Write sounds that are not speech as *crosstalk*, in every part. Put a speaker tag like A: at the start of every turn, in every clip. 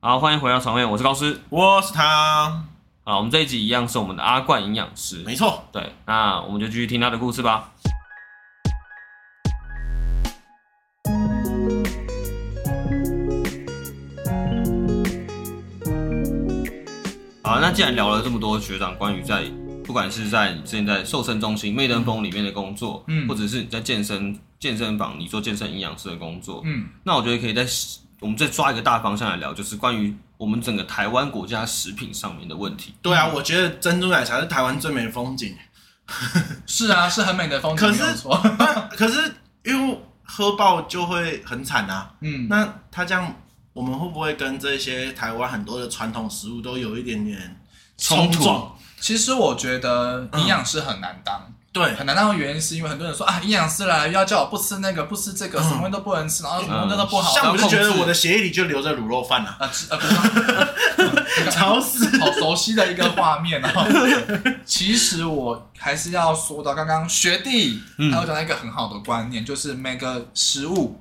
A: 好，欢迎回到床位，我是高师。
B: 我是他，
A: 啊，我们这一集一样是我们的阿冠营养师。
B: 没错，
A: 对，那我们就继续听他的故事吧。好，那既然聊了这么多学长关于在不管是在你之前在瘦身中心、媚登峰里面的工作，
B: 嗯
A: 或者是你在健身健身房你做健身营养师的工作，
B: 嗯，
A: 那我觉得可以在我们再抓一个大方向来聊，就是关于我们整个台湾国家食品上面的问题。
B: 对啊，我觉得珍珠奶茶是台湾最美的风景，
C: 是啊，是很美的风景，
B: 可是
C: 没有错。 *laughs*
B: 可是因为喝爆就会很惨啊。
C: 嗯，
B: 那他这样，我们会不会跟这些台湾很多的传统食物都有一点点
A: 冲突
B: 撞？
C: 其实我觉得
B: 嗯
C: 营养师很难当，
B: 对，
C: 很难当的原因是因为很多人说啊，营养师来要叫我不吃那个，不吃这个，
B: 嗯
C: 什么东西都不能吃，然后什么东西都不好。
B: 像我就觉
C: 然
B: 得
C: 后控制
B: 我的协议里就留着卤肉饭啊，
C: 啊，吃啊，不是这个
B: 吵死。
C: *laughs* 好熟悉的一个画面哦。其实我还是要说到刚刚学弟，
A: 嗯
C: 还有讲到一个很好的观念，就是每个食物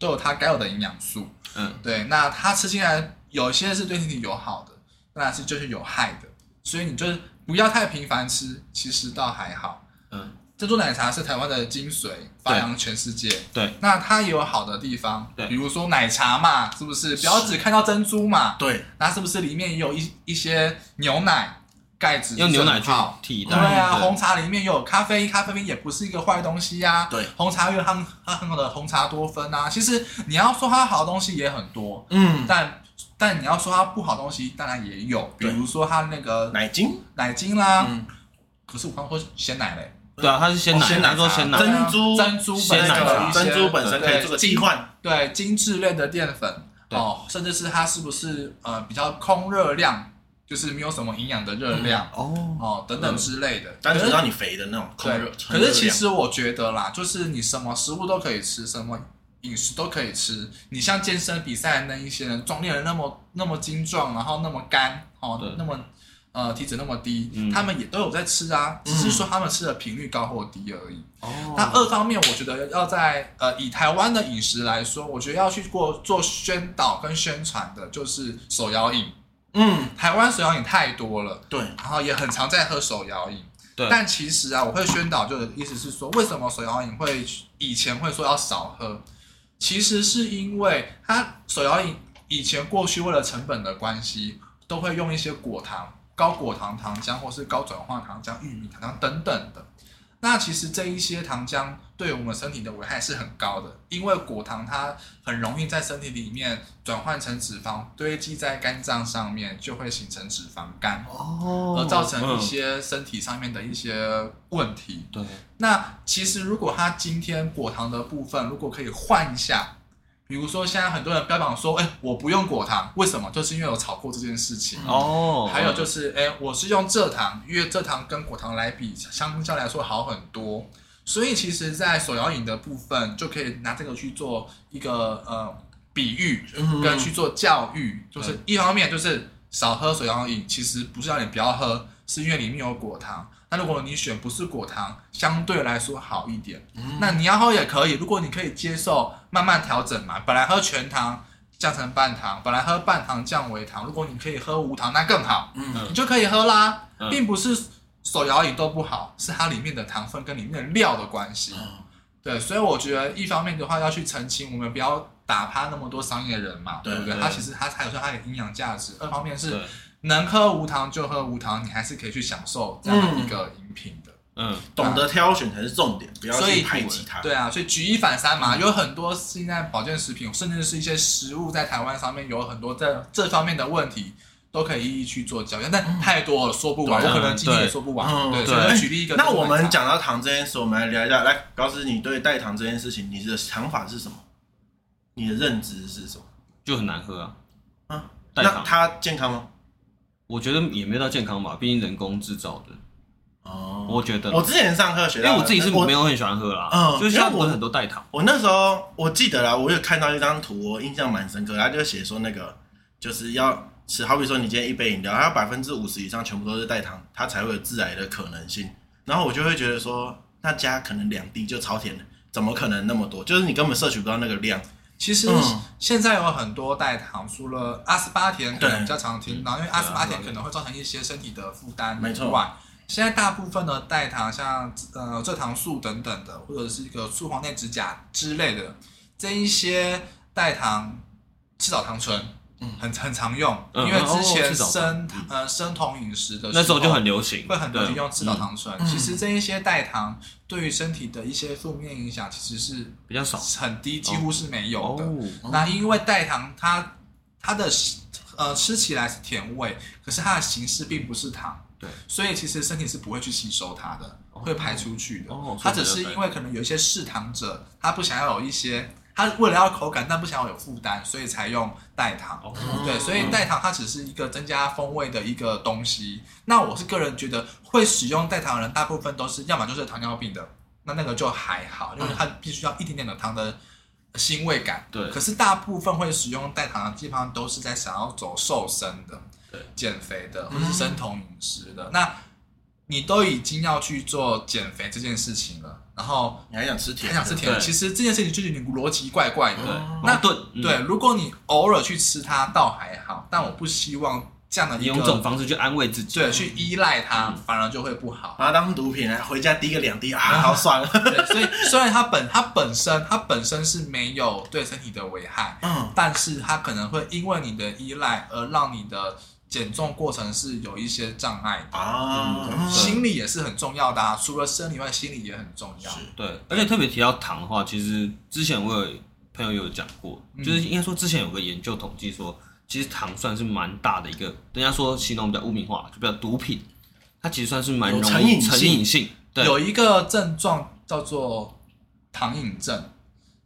C: 都有它该有的营养素。
A: 嗯，
C: 对，那它吃进来有些是对身体友好的，那是就是有害的，所以你就是不要太频繁吃，其实倒还好。
A: 嗯，
C: 珍珠奶茶是台湾的精髓，发扬全世界。
A: 对，
C: 那它也有好的地方，
A: 对
C: 比如说奶茶嘛，是不是？不要只看到珍珠嘛，
B: 对，
C: 那是不是里面也有一一些牛奶钙质？
A: 用牛奶去
C: 好。
A: 替
C: 对
A: 代。
C: 啊，红茶里面也有咖啡因，咖啡因也不是一个坏东西呀、
B: 对，
C: 红茶有它它很好的红茶多酚啊。其实你要说它好的东西也很多，
B: 嗯，
C: 但但你要说它不好的东西，当然也有，比
B: 对
C: 如说它那个奶
B: 奶精，
C: 奶精啦。
B: 嗯，
C: 可是我刚刚说鲜奶嘞，
A: 对啊，它是鲜奶，
C: 鲜
A: 它
C: 奶
A: 说鲜奶
C: 茶，
B: 珍珠
C: 珍珠
A: 嗯
C: 啊
A: 鲜
B: 那
C: 本身
A: 奶茶
C: 有
B: 个
C: 一些
B: 珍珠本身可以做个替换，
C: 对精致类的淀粉
A: 对
C: 哦，甚至是它是不是呃比较空热量，就是没有什么营养的热量、
A: 哦，
C: 哦等
B: 嗯
C: 等之类的。
B: 单
C: 可
B: 纯
C: 是
B: 让你肥的那种控热
C: 对，，可是其实我觉得啦，就是你什么食物都可以吃，什么饮食都可以吃。你像健身比赛的那一些人，壮练人那么那么精壮，然后那么干
A: 对
C: 哦，那么呃体脂那么低、
A: 嗯
C: 他们也都有在吃啊，
B: 嗯
C: 只是说他们吃的频率高或低而已。那
A: 哦，
C: 二方面，我觉得要在呃以台湾的饮食来说，我觉得要去过做宣导跟宣传的，就是手摇饮。
B: 嗯，
C: 台湾手摇饮太多了。
B: 对，
C: 然后也很常在喝手摇饮。
A: 对
C: 但其实啊，我会宣导，就是意思是说，为什么手摇饮会以前会说要少喝？其实是因为它手摇饮以前过去为了成本的关系，都会用一些果糖、高果糖糖浆或是高转化糖浆、玉米糖浆等等的。那其实这一些糖浆对我们身体的危害是很高的，因为果糖它很容易在身体里面转换成脂肪，堆积在肝脏上面，就会形成脂肪肝。
A: 哦
C: 而造成一些身体上面的一些问题。
A: 嗯对，
C: 那其实如果他今天果糖的部分，如果可以换一下，比如说现在很多人标榜说，哎、我不用果糖，为什么？就是因为有炒过这件事情。
A: 哦，
C: 还有就是，哎、我是用蔗糖，因为蔗糖跟果糖来比，相较来说好很多。所以其实，在手摇饮的部分，就可以拿这个去做一个呃比喻，
B: 嗯
C: 跟去做教育，就是一方面就是少喝水摇饮，其实不是让你不要喝，是因为里面有果糖。那如果你选不是果糖，相对来说好一点。
B: 嗯
C: 那你要喝也可以，如果你可以接受，慢慢调整嘛。本来喝全糖降成半糖，本来喝半糖降为糖，如果你可以喝无糖，那更好，
B: 嗯
C: 你就可以喝啦
A: 嗯，
C: 并不是手摇饮都不好，是它里面的糖分跟里面的料的关系。
B: 嗯，
C: 对，所以我觉得一方面的话要去澄清，我们不要打趴那么多商业人嘛，
B: 对
C: 不对？
A: 对
C: 它其实它还有说它的营养价值。二方面是
A: 对，
C: 能喝无糖就喝无糖，你还是可以去享受这样的一个饮品的。
A: 嗯，
B: 懂得挑选才是重点，不要
C: 所
B: 去
C: 以
B: 排挤它。
C: 对啊，所以举一反三嘛，有很多现在保健食品，甚至是一些食物在台湾上面有很多这这方面的问题。都可以一一去做交易，但太多了，说不完，
A: 对
C: 我可能今天也说不
B: 嗯
C: 完。对，
A: 对
C: 所以我举例一个。
B: 那我们，讲到糖这件事，我们来聊一下。来，高师，你对代糖这件事情，你的想法是什么？你的认知是什么？
A: 就很难喝啊。
B: 啊，
A: 代
B: 那
A: 糖，
B: 它健康吗？
A: 我觉得也没有到健康吧，毕竟人工制造的，
B: 哦
A: 我觉得，
B: 我之前上课学
A: 因
B: 到
A: 为
B: 的，
A: 我自己是
B: 我
A: 没有很喜欢喝啦，
B: 嗯
A: 就是像
B: 因为
A: 我
B: 我
A: 很多代糖，
B: 我那时候我记得啦，我有看到一张图，我印象蛮深刻。他就写说那个就是要吃，好比说你今天一杯饮料，它百分之五十以上全部都是代糖，它才会有致癌的可能性。然后我就会觉得说，那加可能两滴就超甜了，怎么可能那么多？就是你根本摄取不到那个量。
C: 其实
B: 嗯
C: 现在有很多代糖，除了阿斯巴甜可能
B: 对
C: 比较常听到，因为
A: 嗯
C: 阿斯巴甜
A: 对啊
C: 可能会造成一些身体的负担
B: 没错
C: 以外，现在大部分的代糖，像呃蔗糖素等等的，或者是一个醋黄内酯甲之类的，这一些代糖赤藻糖醇，
B: 嗯
C: 很很常用，
A: 嗯
C: 因为之
A: 哦
C: 前
A: 赤藻
C: 生、呃生酮饮食的
A: 那时候就很流行，
C: 会很多
A: 对
C: 人用赤藻糖醇。
B: 嗯
C: 其实这一些代糖对于身体的一些负面影响其实
A: 嗯比较少
C: 是很低，几乎是没有的。
A: 哦，
C: 那因为代糖它它的呃吃起来是甜味，可是它的形式并不是糖，
A: 对，
C: 所以其实身体是不会去吸收它的，
A: 哦
C: 会排出去的。
A: 哦
C: 它
A: 所
C: 只
A: 以
C: 是
A: 没有
C: 因为可能有一些嗜糖者，他不想要有一些。他为了要口感，但不想要有负担，所以才用代糖。
A: 哦
C: 对，所以代糖它只是一个增加风味的一个东西。那我是个人觉得，会使用代糖的人，大部分都是要么就是糖尿病的，那那个就还好，因为它必须要一点点的糖的腥味感。
A: 嗯对
C: 可是大部分会使用代糖的，基本上都是在想要走瘦身的、
A: 对嗯
C: 减肥的，或是生酮饮食的。那你都已经要去做减肥这件事情了，然后
B: 你还想吃甜
C: 还
B: 的？
C: *laughs* 想吃甜的，
A: 对
C: 其实这件事情就有点逻辑怪怪的。
A: 对，
C: 那
A: 矛盾，嗯
C: 对，，如果你偶尔去吃它，倒还好，但我不希望这样的
A: 你
C: 一
A: 用这种嗯
C: 个
A: 方式去安慰自己，
C: 对去依赖它，反而就会不好。 *laughs*
B: 把它啊当毒品来，回家滴个两滴啊，好爽啊！
C: 对，所以虽然它本它本身它本身是没有对身体的危害，
B: 嗯，
C: 但是它可能会因为你的依赖而让你的减重过程是有一些障碍的。
B: 啊，嗯
C: 心理也是很重要的、啊，除了生理外，心理也很重要。
B: 是
A: 对，而且特别提到糖的话，其实之前我有朋友有讲过，就是
C: 嗯
A: 应该说之前有个研究统计说，其实糖算是蛮大的一个，人家说形容比较污名化，就比较毒品，它其实算是蛮容易
B: 有成瘾性
A: 成瘾性，对，
C: 有一个症状叫做糖瘾症，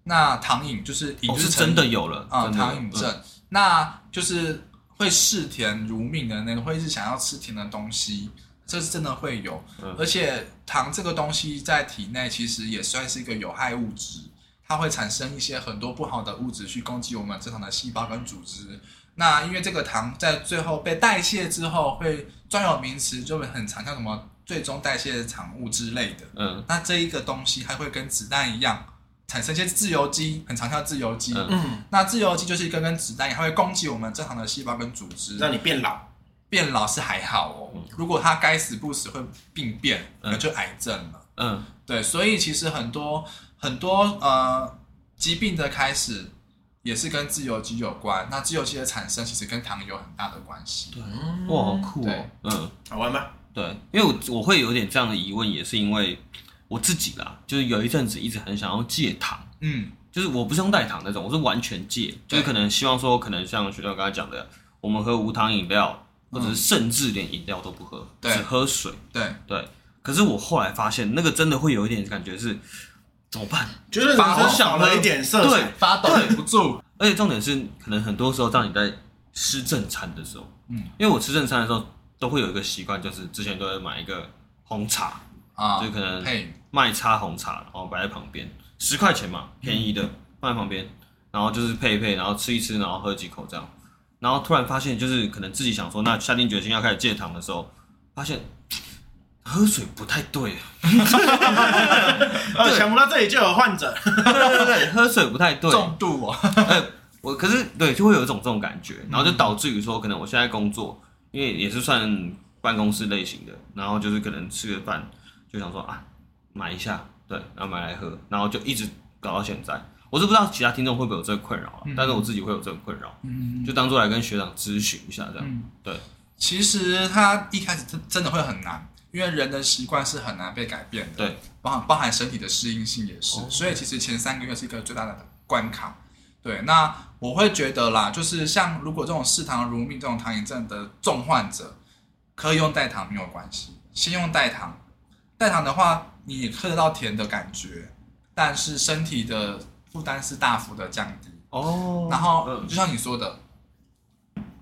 C: 那糖瘾就是瘾
A: 哦
C: 就是成
A: 真的有了
C: 啊、
A: 真的有嗯
C: 糖瘾症，那就是会嗜甜如命的那个，会是想要吃甜的东西，这是真的会有。
A: 嗯
C: 而且糖这个东西在体内其实也算是一个有害物质，它会产生一些很多不好的物质去攻击我们正常的细胞跟组织。那因为这个糖在最后被代谢之后，会专有名词就会很常像什么最终代谢产物之类的。
A: 嗯
C: 那这一个东西还会跟子弹一样，产生一些自由基，很常见的自由基。
A: 嗯
B: 嗯，
C: 那自由基就是一根根子弹，它会攻击我们正常的细胞跟组织。
B: 让你变老。
C: 变老是还好哦，如果它该死不死会病变，
A: 嗯
C: 那就癌症了。
A: 嗯，
C: 对，所以其实很多很多呃疾病的开始也是跟自由基有关。那自由基的产生其实跟糖有很大的关系。
A: 哇，好酷哦
C: 对，
A: 嗯。
B: 好玩吗？
A: 对，因为我我会有点这样的疑问，也是因为我自己啦，就是有一阵子一直很想要戒糖，
C: 嗯，
A: 就是我不是用代糖那种，我是完全戒，就
C: 对
A: 是可能希望说，可能像学校刚才讲的，我们喝无糖饮料，或者是甚至连饮料都不喝，
C: 嗯对
A: 只喝水。
C: 对，
A: 对，可是我后来发现，那个真的会有一点感觉是怎么办？
B: 觉得人
C: 反而
B: 生
A: 想
B: 少
A: 了
B: 了一点色彩。
C: 发抖忍不住。
A: 而且重点是，可能很多时候当你在吃正餐的时候，
C: 嗯，
A: 因为我吃正餐的时候都会有一个习惯，就是之前都会买一个红茶，
C: 啊
A: 就，可能
C: 嘿，
A: 麦茶红茶，然后摆在旁边，十块钱嘛，便宜的放在旁边，然后就是配一配，然后吃一吃，然后喝几口这样。然后突然发现，就是可能自己想说，那下定决心要开始戒糖的时候，发现喝水不太对，
B: 呃，想不到这里就有患者。
A: 对对对，喝水不太对。
C: 重度哦。
A: 我可是对，就会有一种这种感觉，然后
C: 嗯
A: 就导致于说，可能我现在工作，因为也是算办公室类型的，然后就是可能吃个饭就想说啊，买一下，对，然后买来喝，然后就一直搞到现在。我是不知道其他听众会不会有这个困扰啊，但是我自己会有这个困扰，
C: 嗯，
A: 就当做来跟学长咨询一下这样。
C: 嗯
A: 对，
C: 其实它一开始真真的会很难，因为人的习惯是很难被改变的，
A: 对，哦
C: 包含包含身体的适应性也是，所以其实前三个月是一个最大的关卡。对，那我会觉得啦，就是像如果这种嗜糖如命这种糖瘾症的重患者，可以用代糖没有关系，先用代糖。代糖的话，你也喝得到甜的感觉，但是身体的负担是大幅的降低。
A: 哦
C: 然后
A: 嗯
C: 就像你说的，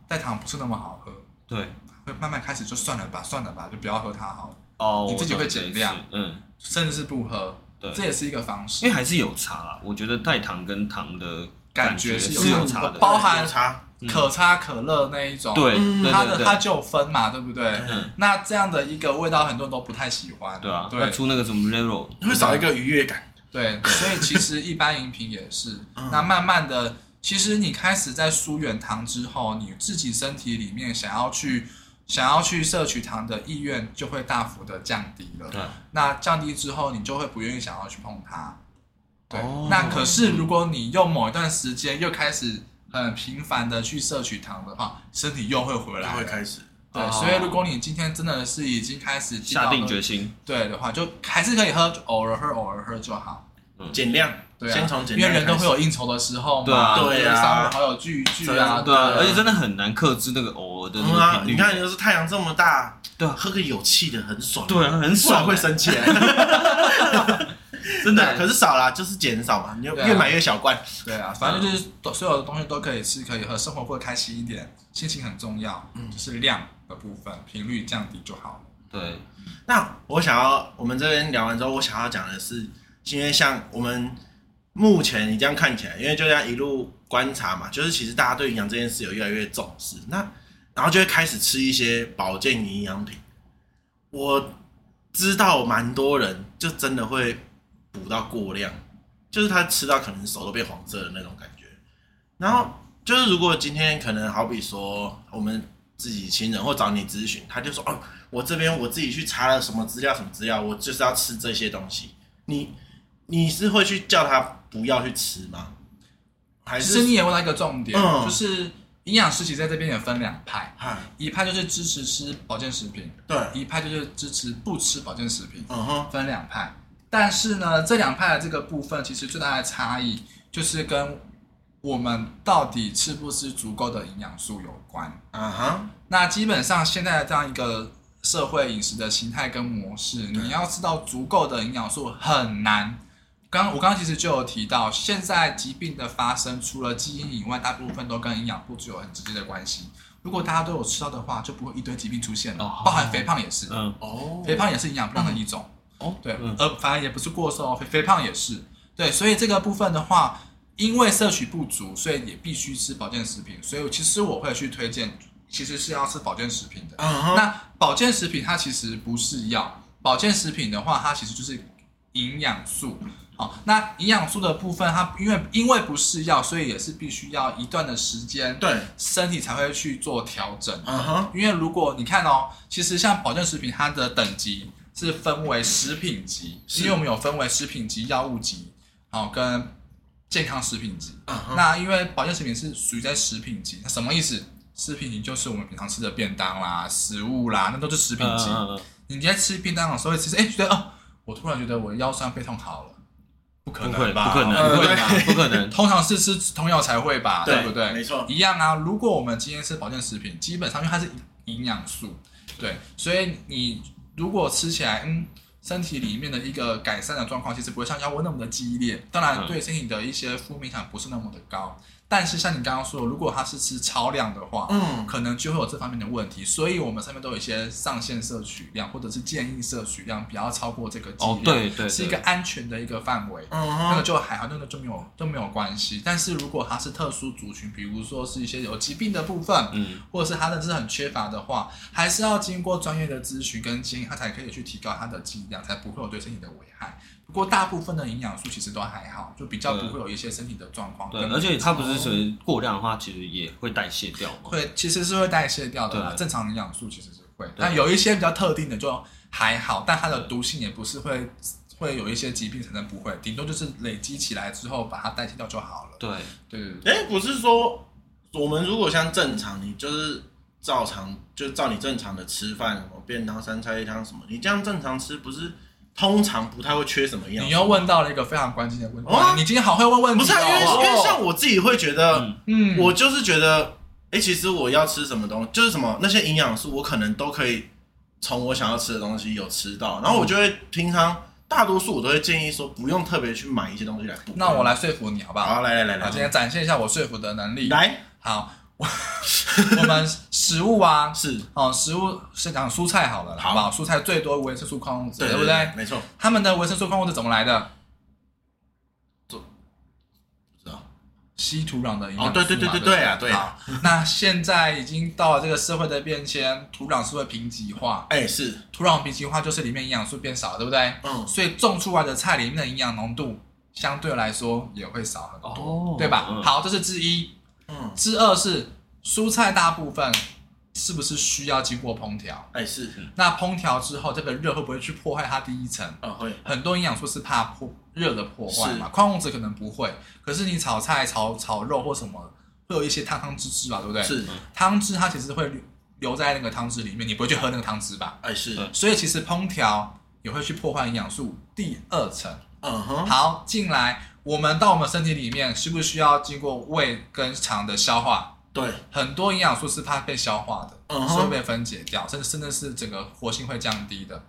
C: 代糖不是那么好喝，
A: 对，
C: 会慢慢开始就算了吧，算了吧，就不要喝它好了，
A: 哦，
C: 你自己会
A: 我懂
C: 减量
A: 这意思，嗯，
C: 甚至是不喝，
A: 对，
C: 这也是一个方式
A: 因为。还是有差啦，我觉得代糖跟糖的
C: 感
A: 觉
C: 觉是有
A: 有
C: 差
A: 差的，
C: 包含
B: 有差，
C: 可差可乐那一种，
A: 嗯对，
B: 嗯
A: 对
C: 它
A: 对
C: 的
A: 对，
C: 它就有分嘛，对不对
A: 嗯？
C: 那这样的一个味道，很多人都不太喜欢，
A: 对啊，
C: 对
A: 那，出那个什么 Zero，
B: 会少一个愉悦感。
C: 对，所以其实一般饮品也是
B: 嗯。
C: 那慢慢的，其实你开始在疏远糖之后，你自己身体里面想要去想要去摄取糖的意愿就会大幅的降低了。
A: 对，
C: 那降低之后，你就会不愿意想要去碰它。对，
A: 哦
C: 那可是如果你又某一段时间又开始很频繁的去摄取糖的话，身体又会回
B: 就
C: 来
B: 会
C: 了。
B: 开始。
C: 对，
A: 哦
C: 所以如果你今天真的是已经开始进到
A: 下定
C: 喝
A: 决心，
C: 对的话，就还是可以喝，就偶尔喝，偶尔喝就好。
B: 减量，
C: 对啊，
B: 先从减
C: 因
B: 量
C: 为
B: 开始，
C: 人都会有应酬的时候嘛，
A: 对啊
B: 对啊
C: 三五好友聚一聚啊，
A: 对啊，
C: 对
A: 而且真的很难克制那个偶尔的
B: 嗯啊
A: 那个，频率。
B: 你看，就是太阳这么大，
A: 对啊，
B: 喝个有气的很爽，欸
A: 对啊，很
B: 不然
A: 爽，
B: 会生 *laughs* 气。
A: 真
B: 对，
A: 的。
B: 可是少啦，就是减少嘛，你就
C: 对啊
B: 越买越小罐。
C: 对啊，反正就是都所有的东西都可以吃，可以喝，生活过得开心一点，心情很重要，
B: 嗯
C: 就是量的部分，频率降低就好了。
A: 对，
B: 那我想要，我们这边聊完之后，我想要讲的是，因为像我们目前你这样看起来，因为就这样一路观察嘛，就是其实大家对营养这件事有越来越重视，那然后就会开始吃一些保健营养品。我知道蛮多人就真的会补到过量，就是他吃到可能手都变黄色的那种感觉。然后就是如果今天可能好比说我们自己亲人或找你咨询，他就说哦，我这边我自己去查了什么资料什么资料，我就是要吃这些东西。你你是会去叫他不要去吃吗？还
C: 其实
B: 是
C: 你也问到一个重点，
B: 嗯
C: 就是营养师其实在这边也分两派，
B: 嗨
C: 一派就是支持吃保健食品，
B: 啊对，
C: 一派就是支持不吃保健食品。
B: 嗯哼，
C: 分两派，但是呢，这两派的这个部分其实最大的差异就是跟我们到底吃不吃足够的营养素有关。
B: 啊哈，
C: 那基本上现在的这样一个社会饮食的形态跟模式，你要吃到足够的营养素很难。刚我刚刚其实就有提到，现在疾病的发生除了基因以外，大部分都跟营养不足有很直接的关系。如果大家都有吃到的话，就不会一堆疾病出现了，
A: 哦
C: 包含肥胖也是。
A: 嗯，
B: 哦
C: 肥胖也是营养不良的一种。
A: 哦
C: 对，
A: 嗯
C: 而反而也不是过瘦，肥肥胖也是。对，所以这个部分的话，因为摄取不足，所以也必须吃保健食品。所以其实我会去推荐，其实是要吃保健食品的。
B: 嗯哼，
C: 那保健食品它其实不是药，保健食品的话，它其实就是营养素。好，那营养素的部分，它因为因为不是药，所以也是必须要一段的时间，
B: 对，
C: 身体才会去做调整。
B: 嗯哼，
C: 因为如果你看哦，其实像保健食品，它的等级是分为食品级，
B: 是
C: 因为我们有分为食品级、药物级，好、跟健康食品级。
B: 嗯哼，
C: 那因为保健食品是属于在食品级，那什么意思？食品级就是我们平常吃的便当啦、食物啦，那都是食品级。
A: 嗯嗯
C: 你在吃便当的时候，其实哎觉得哦，我突然觉得我的腰酸背痛好了，不可
A: 不会
C: 能吧？
A: 不可能
C: 不会
B: 对
C: 吧？
A: 嗯不可能，
C: *laughs* 通常是吃止痛药才会吧，
B: 对
C: 不对？
B: 没错
C: 一样啊。如果我们今天吃保健食品，基本上因为它是营养素，对，所以你如果吃起来，嗯，身体里面的一个改善的状况，其实不会像药物那么的激烈，当然
A: 嗯
C: 对身体的一些负面影响不是那么的高。但是像你刚刚说的，如果它是吃超量的话，
B: 嗯，
C: 可能就会有这方面的问题，所以我们上面都有一些上限摄取量，或者是建议摄取量，不要超过这个剂量，
A: 哦，对对，
C: 是一个安全的一个范围。
B: 嗯
C: 那个
B: 哼，
C: 就还好，那个就没有都没有关系。但是如果它是特殊族群，比如说是一些有疾病的部分，
A: 嗯，
C: 或者是它的是很缺乏的话，还是要经过专业的咨询跟建议，它才可以去提高它的剂量，才不会有对身体的危害。不过大部分的营养素其实都还好，就比较
A: 对
C: 不会有一些身体的状况。
A: 对，
C: 跟
A: 而且它不是属于过量的话，其实也会代谢掉嘛。
C: 会其实是会代谢掉的啦，
A: 对
C: 正常营养素其实是会。那有一些比较特定的就还好，但它的毒性也不是会会有一些疾病产生，不会，顶多就是累积起来之后把它代谢掉就好了。
A: 对，
C: 对对对。
B: 哎，不是说我们如果像正常，你就是照常，就照你正常的吃饭，什么便当、三菜一汤什么，你这样正常吃，不是通常不太会缺什么样
C: 你？又问到了一个非常关键的问题。
B: 哦
C: 哇你今天好会问问题、
B: 不
C: 哦。
B: 是啊，因为因为像
C: 我，
B: 我自己会觉得，
A: 嗯，
C: 嗯，
B: 我就是觉得，哎，其实我要吃什么东西，就是什么那些营养素，我可能都可以从我想要吃的东西有吃到，然后我就会平常大多数我都会建议说，不用特别去买一些东西来补。
C: 那我来说服你好不好？
B: 好，来来来
C: 好，今
B: 来
C: 天展现一下我说服的能力。
B: 来，
C: 好，我 *laughs* 我们食物啊，
B: 是
C: 哦，食物先讲蔬菜好了，
B: 好
C: 好不好？蔬菜最多维生素、矿物质，
B: 对
C: 不
B: 对
C: 对？？
B: 没错，
C: 它们的维生素、矿物质怎么来的？
B: 不知道
C: 稀土壤的营养
B: 哦对对
C: 素嘛
B: 对对
C: 对
B: 对啊对啊
C: 好那现在已经到了这个社会的变迁，土壤是会贫瘠化，
B: 哎、是，
C: 土壤贫瘠化就是里面营养素变少了，对不对？
B: 嗯，
C: 哦所以种出来的菜里面的营养浓度相对来说也会少很多，
A: 哦
C: 对吧？
A: 嗯
C: 好，这是之一。
B: 嗯，
C: 之二是蔬菜大部分是不是需要经过烹调？
B: 哎、是，
C: 那烹调之后，这个热会不会去破坏它第一层？
B: 嗯，会，
C: 很多营养素是怕破热的破坏嘛，
B: 是
C: 矿物质可能不会，可是你炒菜、炒炒肉或什么，会有一些汤汤汁汁吧，对不对？
B: 是，
C: 汤汁它其实会留留在那个汤汁里面，你不会去喝那个汤汁吧？
B: 哎、是，
A: 嗯
C: 所以其实烹调也会去破坏营养素第二层。
B: 嗯哼，
C: 好，进来我们到我们身体里面，需不需要经过胃跟肠的消化？
B: 对，
C: 很多营养素是怕被消化的，
B: 嗯
C: 是会
B: 哼，
C: 被分解掉，甚至甚至是整个活性会降低的，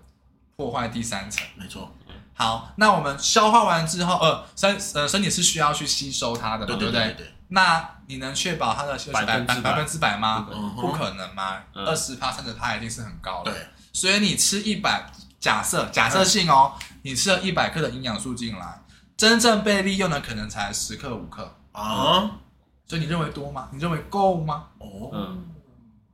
C: 破坏第三层。
B: 没错，
C: 好，那我们消化完之后，呃，身呃身体是需要去吸收它的
B: 对
C: 嘛，
B: 对
C: 不
B: 对对，
C: 那你能确保它的吸收是百
A: 百分之百
C: 百分之百吗？
B: 嗯
C: 不
B: 哼，
C: 可能嘛，
A: 嗯
C: 二十趴、三十趴一定是很高的。
B: 对，
C: 所以你吃一百，假设假设性哦，你吃了一百克的营养素进来，真正被利用的可能才十克五克，
B: 啊，
C: 所以你认为多吗？你认为够吗？
B: 哦，
A: 嗯，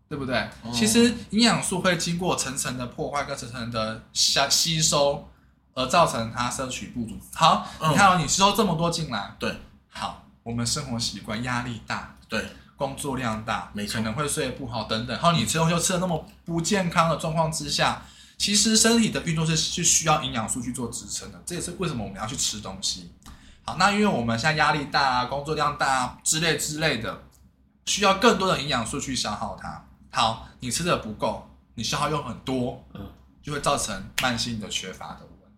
C: 对不对？
B: 嗯
C: 其实营养素会经过层层的破坏跟层层的吸吸收，而造成它摄取不足。好，
B: 嗯
C: 你看哦，你吸收这么多进来，
B: 对，
C: 好，我们生活习惯压力大，
B: 对，
C: 工作量大，
B: 没错
C: 可能会睡不好等等。然后你吃东西又吃的那么不健康的状况之下，其实身体的运作是是需要营养素去做支撑的，这也是为什么我们要去吃东西。好，那因为我们现在压力大啊，工作量大啊之类之类的，需要更多的营养素去消耗它。好，你吃的不够，你消耗又很多，
A: 嗯
C: 就会造成慢性的缺乏的问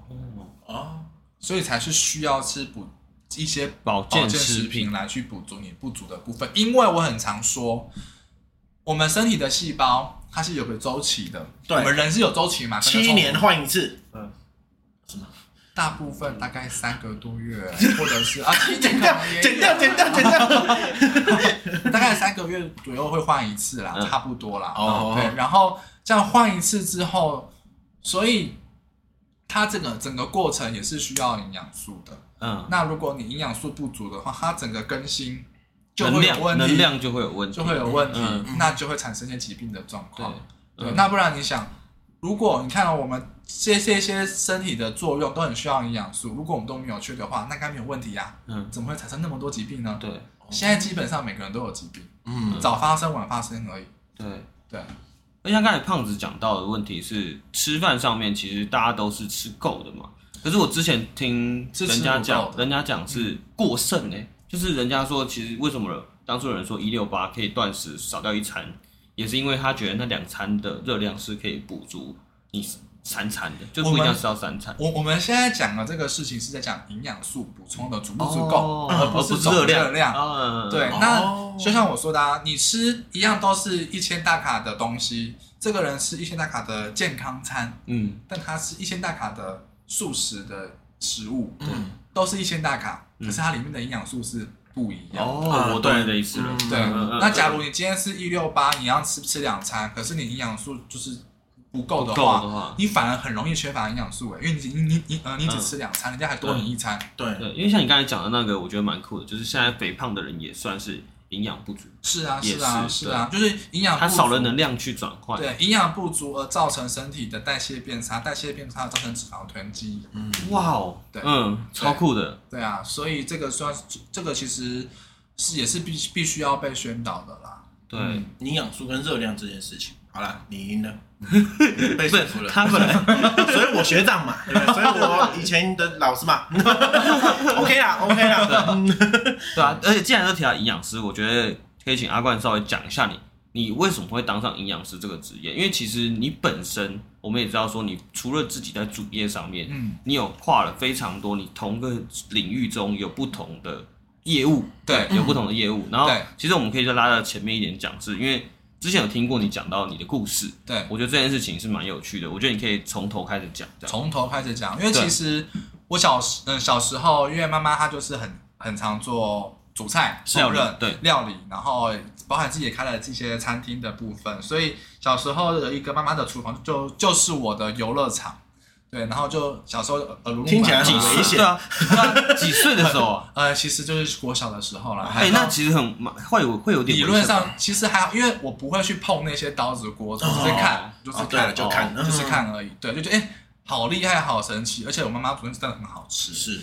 C: 题，
B: 哦，
C: 所以才是需要吃补一些
A: 保
C: 保
A: 健
C: 健
A: 食
C: 食
A: 品
C: 品，来去补足你不足的部分。因为我很常说，我们身体的细胞它是有个周期的，
B: 对
C: 我们人是有周期嘛，可能
B: 七
C: 从
B: 年换一次，
A: 嗯，
C: 大部分大概三个多月，或者是啊，七年
B: 剪
C: 可
B: 掉
C: 能也，有
B: 剪掉，剪掉，剪掉，
C: 大概三个月左右会换一次啦，
A: 嗯
C: 差不多啦。
B: 哦
C: 对，然后这样换一次之后，所以它这个整个过程也是需要营养素的。
A: 嗯，
C: 那如果你营养素不足的话，它整个更新就
A: 能
C: 会有
A: 量
C: 问题，
A: 能量就会有问题，
C: 就会有问题，
A: 嗯
C: 那就会产生一些疾病的状
A: 对
C: 况。，对，
A: 嗯
C: 那不然你想，如果你看到我们这这些身体的作用都很需要营养素，如果我们都没有缺的话，那该没有问题呀、
A: 嗯，
C: 怎么会产生那么多疾病呢？
A: 对
C: 现在基本上每个人都有疾病，
B: 嗯，
C: 早发生晚发生而已。
A: 对。
C: 对，
A: 而像刚才胖子讲到的问题是，吃饭上面其实大家都是吃够的嘛。可是我之前听
C: 是吃
A: 人家
C: 不
A: 讲
C: 够，的嗯
A: 人家讲是过剩呢、就是人家说其实为什么当初有人说一六八可以断食少掉一餐，也是因为他觉得那两餐的热量是可以补足你三餐的，就不一定
C: 我
A: 要
C: 们
A: 吃到三餐。
C: 我我们现在讲的这个事情是在讲营养素补充的足不足够，
A: 哦
C: 而
A: 而
C: 不
A: 不
C: 是
A: 是
C: 总
A: 热量。
C: 热量。
A: 啊
C: 对，
B: 哦
C: 那就像我说的、啊，你吃一样都是一千大卡的东西，这个人吃一千大卡的健康餐，
A: 嗯，
C: 但他吃一千大卡的素食的食物，
B: 嗯，
C: 都是一千大卡，
A: 嗯
C: 可是它里面的营养素是不一样的。
A: 哦，我懂你的意思了。
C: 对，
A: 嗯嗯
C: 那假如你今天是一六八，你要吃吃两餐，可是你营养素就是不够
A: 够
C: 的
A: 的
C: 话，
A: 话，
C: 你反而很容易缺乏营养素诶，欸因为你你你你呃你只
A: 嗯
C: 吃两餐，人家还多你一餐，
B: 对，
A: 呃对，因为像你刚才讲的那个，我觉得蛮酷的，就是现在肥胖的人也算是营养不足。
C: 是啊
A: 也
C: 是啊
A: 是
C: 是啊，就是营养
A: 它
C: 不
A: 少
C: 足
A: 了能量去转换。
C: 对营养不足而造成身体的代谢变差，代谢变差造成脂肪囤积，
B: 嗯，
A: 哇哦，
C: 对
A: 嗯，超酷的，
C: 对啊，所以这个算这个其实是也是必必须要被宣导的啦。
A: 对，
C: 嗯
B: 营养素跟热量这件事情，好啦，你赢了，
A: 不
B: 被说服
A: 是
B: 了，
A: 他本
C: *laughs*
A: 来
B: 所以我学长嘛，对不对所以我以前的老师嘛，OK 啦，OK 啦，嗯
A: 对啊，而且既然都提到营养师，我觉得可以请阿冠稍微讲一下你你为什么会当上营养师这个职业，因为其实你本身我们也知道说，你除了自己在主业上面，
C: 嗯，
A: 你有跨了非常多，你同个领域中有不同的业务，
C: 对
A: 有不同的业务。然后
C: 嗯对
A: 其实我们可以再拉到前面一点讲，是因为之前有听过你讲到你的故事，
C: 对，
A: 我觉得这件事情是蛮有趣的，我觉得你可以从头开始讲，这样。
C: 从头开始讲，因为
A: 对
C: 其实我小时嗯小时候，因为妈妈她就是很很常做煮菜、
A: 料
C: 烹
A: 理
C: 饪、
A: 对
C: 料理，然后包含自己也开了这些餐厅的部分，所以小时候的一个妈妈的厨房就就是我的游乐场。对，然后就小时候耳濡目染
B: 听起来
C: 嘛
A: 几
B: 很危
A: 岁？
B: 险
A: 对啊，对啊几岁的时候啊？
C: 呃，其实就是国小的时候啦。
A: 哎、
C: *laughs* 还
A: 那
C: 到
A: 其实很蛮会有会有点
C: 理
A: 危
C: 论
A: 险吧
C: 上其实还好，因为我不会去碰那些刀子锅子，
B: 哦
C: 只是看，就是
B: 哦，对了，
C: 看，
B: 就看，嗯
C: 就是，看而已。对，就觉得哎、好厉害，好神奇，而且我妈妈煮东西真的很好吃。
B: 是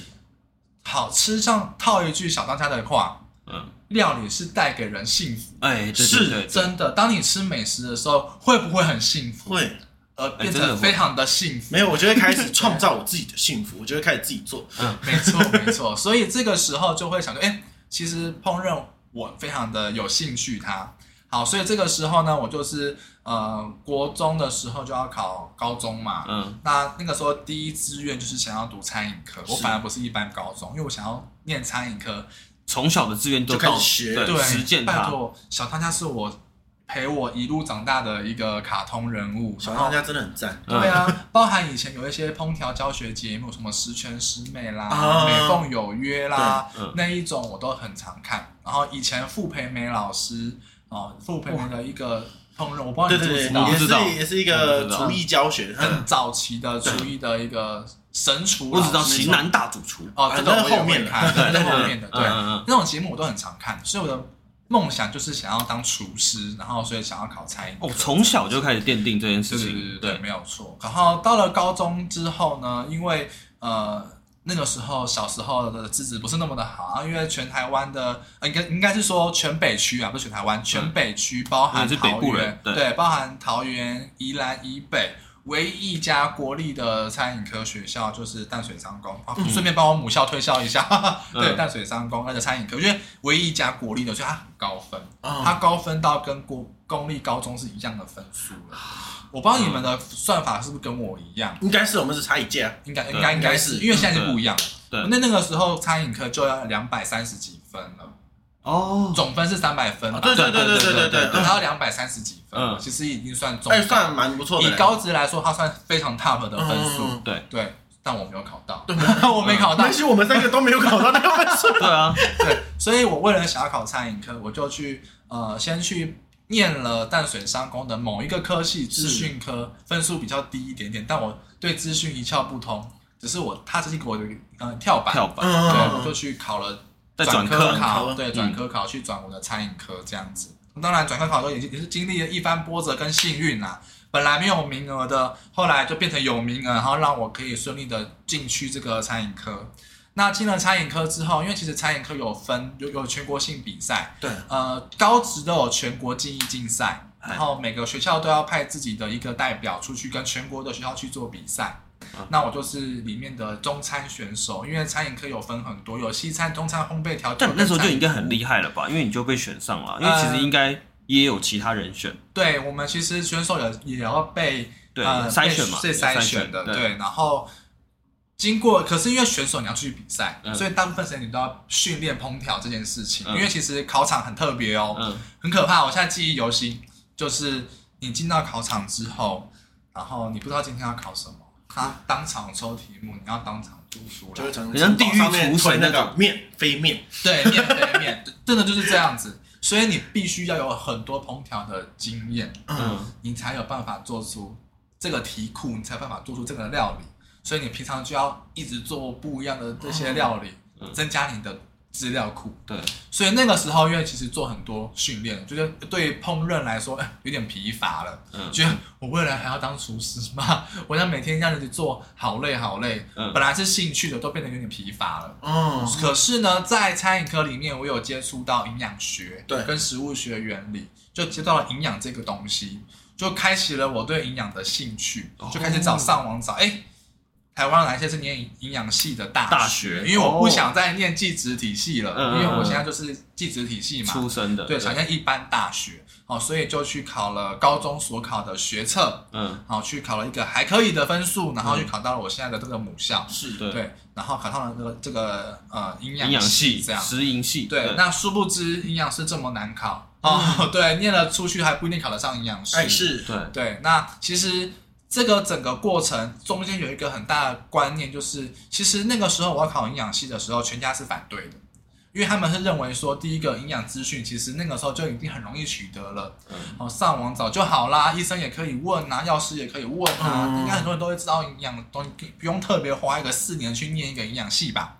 C: 好吃上套一句小当家的话，
A: 嗯，
C: 料理是带给人幸福。
A: 哎、对对
B: 是
A: 对对
C: 真的，当你吃美食的时候，会不会很幸福？，
B: 会
C: 呃，
A: 哎
C: 变
A: 真的
C: 成
A: 会
C: 非常的幸福。
B: 没有，我就会开始创造我自己的幸福，我就会开始自己做，
C: 没错，没错。所以这个时候就会想说，哎、其实烹饪我非常的有兴趣它。好，所以这个时候呢，我就是呃，国中的时候就要考高中嘛。
A: 嗯，
C: 那那个时候第一志愿就是想要读餐饮科，我
B: 是
C: 反而不是一般高中，因为我想要念餐饮科。
A: 从小的志愿都
B: 就开始
A: 到
B: 学
A: 对
C: 对，
A: 实践
C: 拜
A: 它，
C: 托，小当家是我陪我一路长大的一个卡通人物。
B: 小
C: 然后
B: 当家真的很赞，
A: 嗯
C: 对啊，包含以前有一些烹调教学节目，什么《十全十美》啦，
B: 啊
C: 美凤有约》啦，
A: 对嗯
C: 那一种我都很常看。然后以前傅培梅老师哦，傅培梅的一个烹饪，我不知道
B: 对对
C: 你知
B: 对
C: 不知道，
A: 我
B: 也
A: 知道
B: 是也是一
A: 我
B: 个
A: 知道
B: 厨艺教学，很
C: 很早期的厨艺的一个神厨
A: 我
C: 老
A: 只
C: 师，
A: 知道型男大主厨，
C: 哦，这个
B: 啊那
C: 我
B: 是
C: 也
B: 后面
C: 会
B: 的
A: *laughs*
C: 看，对，那是
A: 对
C: 后面的，对，
A: 嗯嗯
C: 那种节目我都很常看，所以我的梦想就是想要当厨师，然后所以想要考餐饮科。
A: 哦，从小就开始奠定这件事
C: 对对对
A: 情，
C: 对对，没有错。然后到了高中之后呢，因为呃那个时候小时候的资质不是那么的好啊，因为全台湾的呃应该应该是说全北区啊，不是全台湾，全北区包含
A: 嗯是
C: 桃
A: 北
C: 园，
A: 部人对
C: 包含桃园、宜兰以北。唯一一家国立的餐饮科学校就是淡水商工啊，顺便帮我母校推销一下， *laughs* 对
A: 嗯
C: 淡水商工那个餐饮科，因为唯一一家国立的，所以它很高分，它
B: 啊，
C: 高分到跟国公立高中是一样的分数了。我不知道你们的算法是不是跟我一样，
B: 应该是我们是差一届啊，
C: 应该
A: 对
C: 应该应该
B: 应该
C: 是，
B: 是
C: 因为现在是不一样。
A: 对对
C: 那那个时候餐饮科就要两百三十几分了，
A: 哦，
C: 总分是三百分嘛，
B: 哦对对对
A: 对
B: 对
A: 对
B: 对
A: 对
B: 对对，
C: 然
B: 嗯
C: 后两百三十几分了，
A: 嗯
C: 其实已经算中
B: 哎，
C: 高
B: 算蛮不错的
C: 以
B: 嘞，
C: 高职来说，它算非常 top 的分数。
B: 嗯
A: 对
C: 对，但我没有考到，我没 *laughs* 考到
B: 但，是我们三个都没有考到那个分数，
A: 对啊，
C: 对，所以我为了想要考餐饮科，我就去呃先去念了淡水商工的某一个科系资讯科，分数比较低一点点，但我对资讯一窍不通，只是我它这是给我的呃跳板，
A: 跳板
C: 对，
B: 嗯
C: 我就去考了
A: 再转
C: 科
A: 科
C: 考，嗯
B: 转科
C: 对，转科考去转我的餐饮科这样子。当然，转科考的时候也是也是经历了一番波折跟幸运啦。本来没有名额的，后来就变成有名额，然后让我可以顺利的进去这个餐饮科。那进了餐饮科之后，因为其实餐饮科有分有有全国性比赛，
B: 对，
C: 呃，高职都有全国技艺竞赛，
A: 哎
C: 然后每个学校都要派自己的一个代表出去跟全国的学校去做比赛。
A: 啊
C: 那我就是里面的中餐选手，因为餐饮科有分很多，有西餐、中餐、烘焙调酒。
A: 但你那时候就应该很厉害了吧？因为你就被选上了，因
C: 呃
A: 为其实应该也有其他人选，
C: 对我们其实选手也也要被
A: 对，
C: 呃
A: 筛选嘛，
C: 被被筛选的，
A: 对，
C: 对。然后经过，可是因为选手你要出去比赛，
A: 嗯
C: 所以大部分时间你都要训练烹调这件事情，
A: 嗯
C: 因为其实考场很特别哦，
A: 嗯，
C: 很可怕。我现在记忆犹新，就是你进到考场之后，然后你不知道今天要考什么，他当场抽题目，你要当场读出
B: 就
C: 来
B: 是。从
A: 很像地狱
B: 上面
A: 厨神
B: 推那
A: 那
B: 个面飞面，
C: 对，面对面， *laughs* 真的就是这样子。所以你必须要有很多烹调的经验，
A: 嗯，
C: 你才有办法做出这个题库，你才有办法做出这个料理。所以你平常就要一直做不一样的这些料理，
A: 嗯嗯
C: 增加你的资料库。
A: 对，
C: 所以那个时候，因为其实做很多训练，就是对烹饪来说，哎有点疲乏了。
A: 嗯
C: 觉得我未来还要当厨师吗？ *laughs* 我想每天这样子做，好累好累。
A: 嗯
C: 本来是兴趣的，都变得有点疲乏了。
B: 哦，
C: 可是呢，在餐饮科里面，我有接触到营养学，
B: 对
C: 跟食物学原理，就接到了营养这个东西，就开启了我对营养的兴趣，就开始找上网找，哎、台湾哪一些是念营养系的大
A: 大
C: 学？
A: 学
C: 因为我不
A: 哦
C: 想再念技职体系了，
A: 嗯嗯
C: 因为我
A: 嗯
C: 现在就是技职体系嘛，
A: 出生的，
C: 对，想念一般大学，哦，所以就去考了高中所考的学测，
A: 嗯，
C: 好去考了一个还可以的分数，然后去考到了我现在的这个母校，
B: 是
A: 对，
C: 对，然后考上了这个这个呃营
A: 营养系、
C: 这样。
A: 食营系，
C: 对，那殊不知营养师这么难考
A: 嗯
C: 哦，对，念了出去还不一定考得上营养师。
B: 哎是，
A: 对，
C: 对，那其实这个整个过程中间有一个很大的观念，就是其实那个时候我要考营养系的时候，全家是反对的。因为他们是认为说，第一个营养资讯其实那个时候就已经很容易取得了，
A: 嗯
C: 哦，上网找就好啦，医生也可以问啊，药师也可以问啊，
B: 嗯
C: 应该很多人都会知道营养的东西，不用特别花一个四年去念一个营养系吧。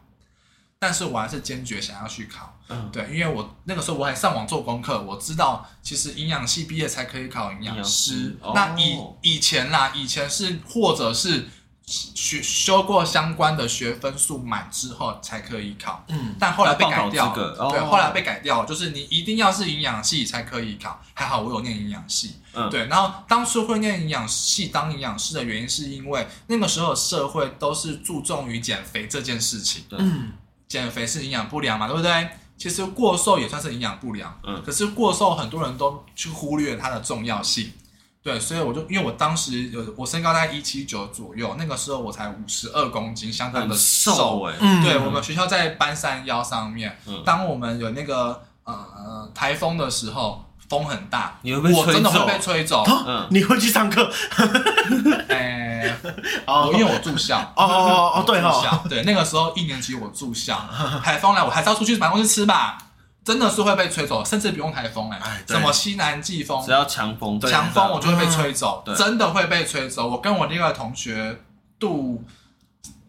C: 但是我还是坚决想要去考，
A: 嗯，
C: 对，因为我那个时候我还上网做功课，我知道其实营养系毕业才可以考营养师
A: 营养师。哦
C: 那以、以前啦，以前是或者是学修过相关的学分数满之后才可以考，
B: 嗯，
C: 但后来被
A: 报
C: 改
A: 考
C: 掉，
A: 资格哦
C: 对，后来被改掉，就是你一定要是营养系才可以考。还好我有念营养系，
A: 嗯
C: 对。然后当初会念营养系当营养师的原因，是因为那个时候社会都是注重于减肥这件事情，
B: 嗯，
C: 减肥是营养不良嘛，对不对？其实过瘦也算是营养不良，
A: 嗯
C: 可是过瘦很多人都去忽略它的重要性，对，所以我就因为我当时有我身高大概一七九左右，那个时候我才五十二公斤，相当
A: 很
C: 的
A: 瘦哎、
B: 嗯
C: 对，我们学校在搬山腰上面，
A: 嗯
C: 当我们有那个呃台风的时候，风很大，
A: 你会被
C: 我真的
A: 吹走
C: 会被
A: *laughs*
C: 吹走。
A: 嗯
B: 你会去上课？
C: 哎、
B: 哦
C: 我因为我住校。
B: 哦哦哦，对
C: 住
B: 哈，
C: 校对，那个时候一年级我住校，台风来我还是要出去买东西吃吧，真的是会被吹走，甚至不用台风哎
B: 哎，对
C: 什么西南季风
A: 只、要强风，
B: 对
C: 强风，我就会被吹走，
A: 对
C: 真的会被吹走。我跟我另外一个同学杜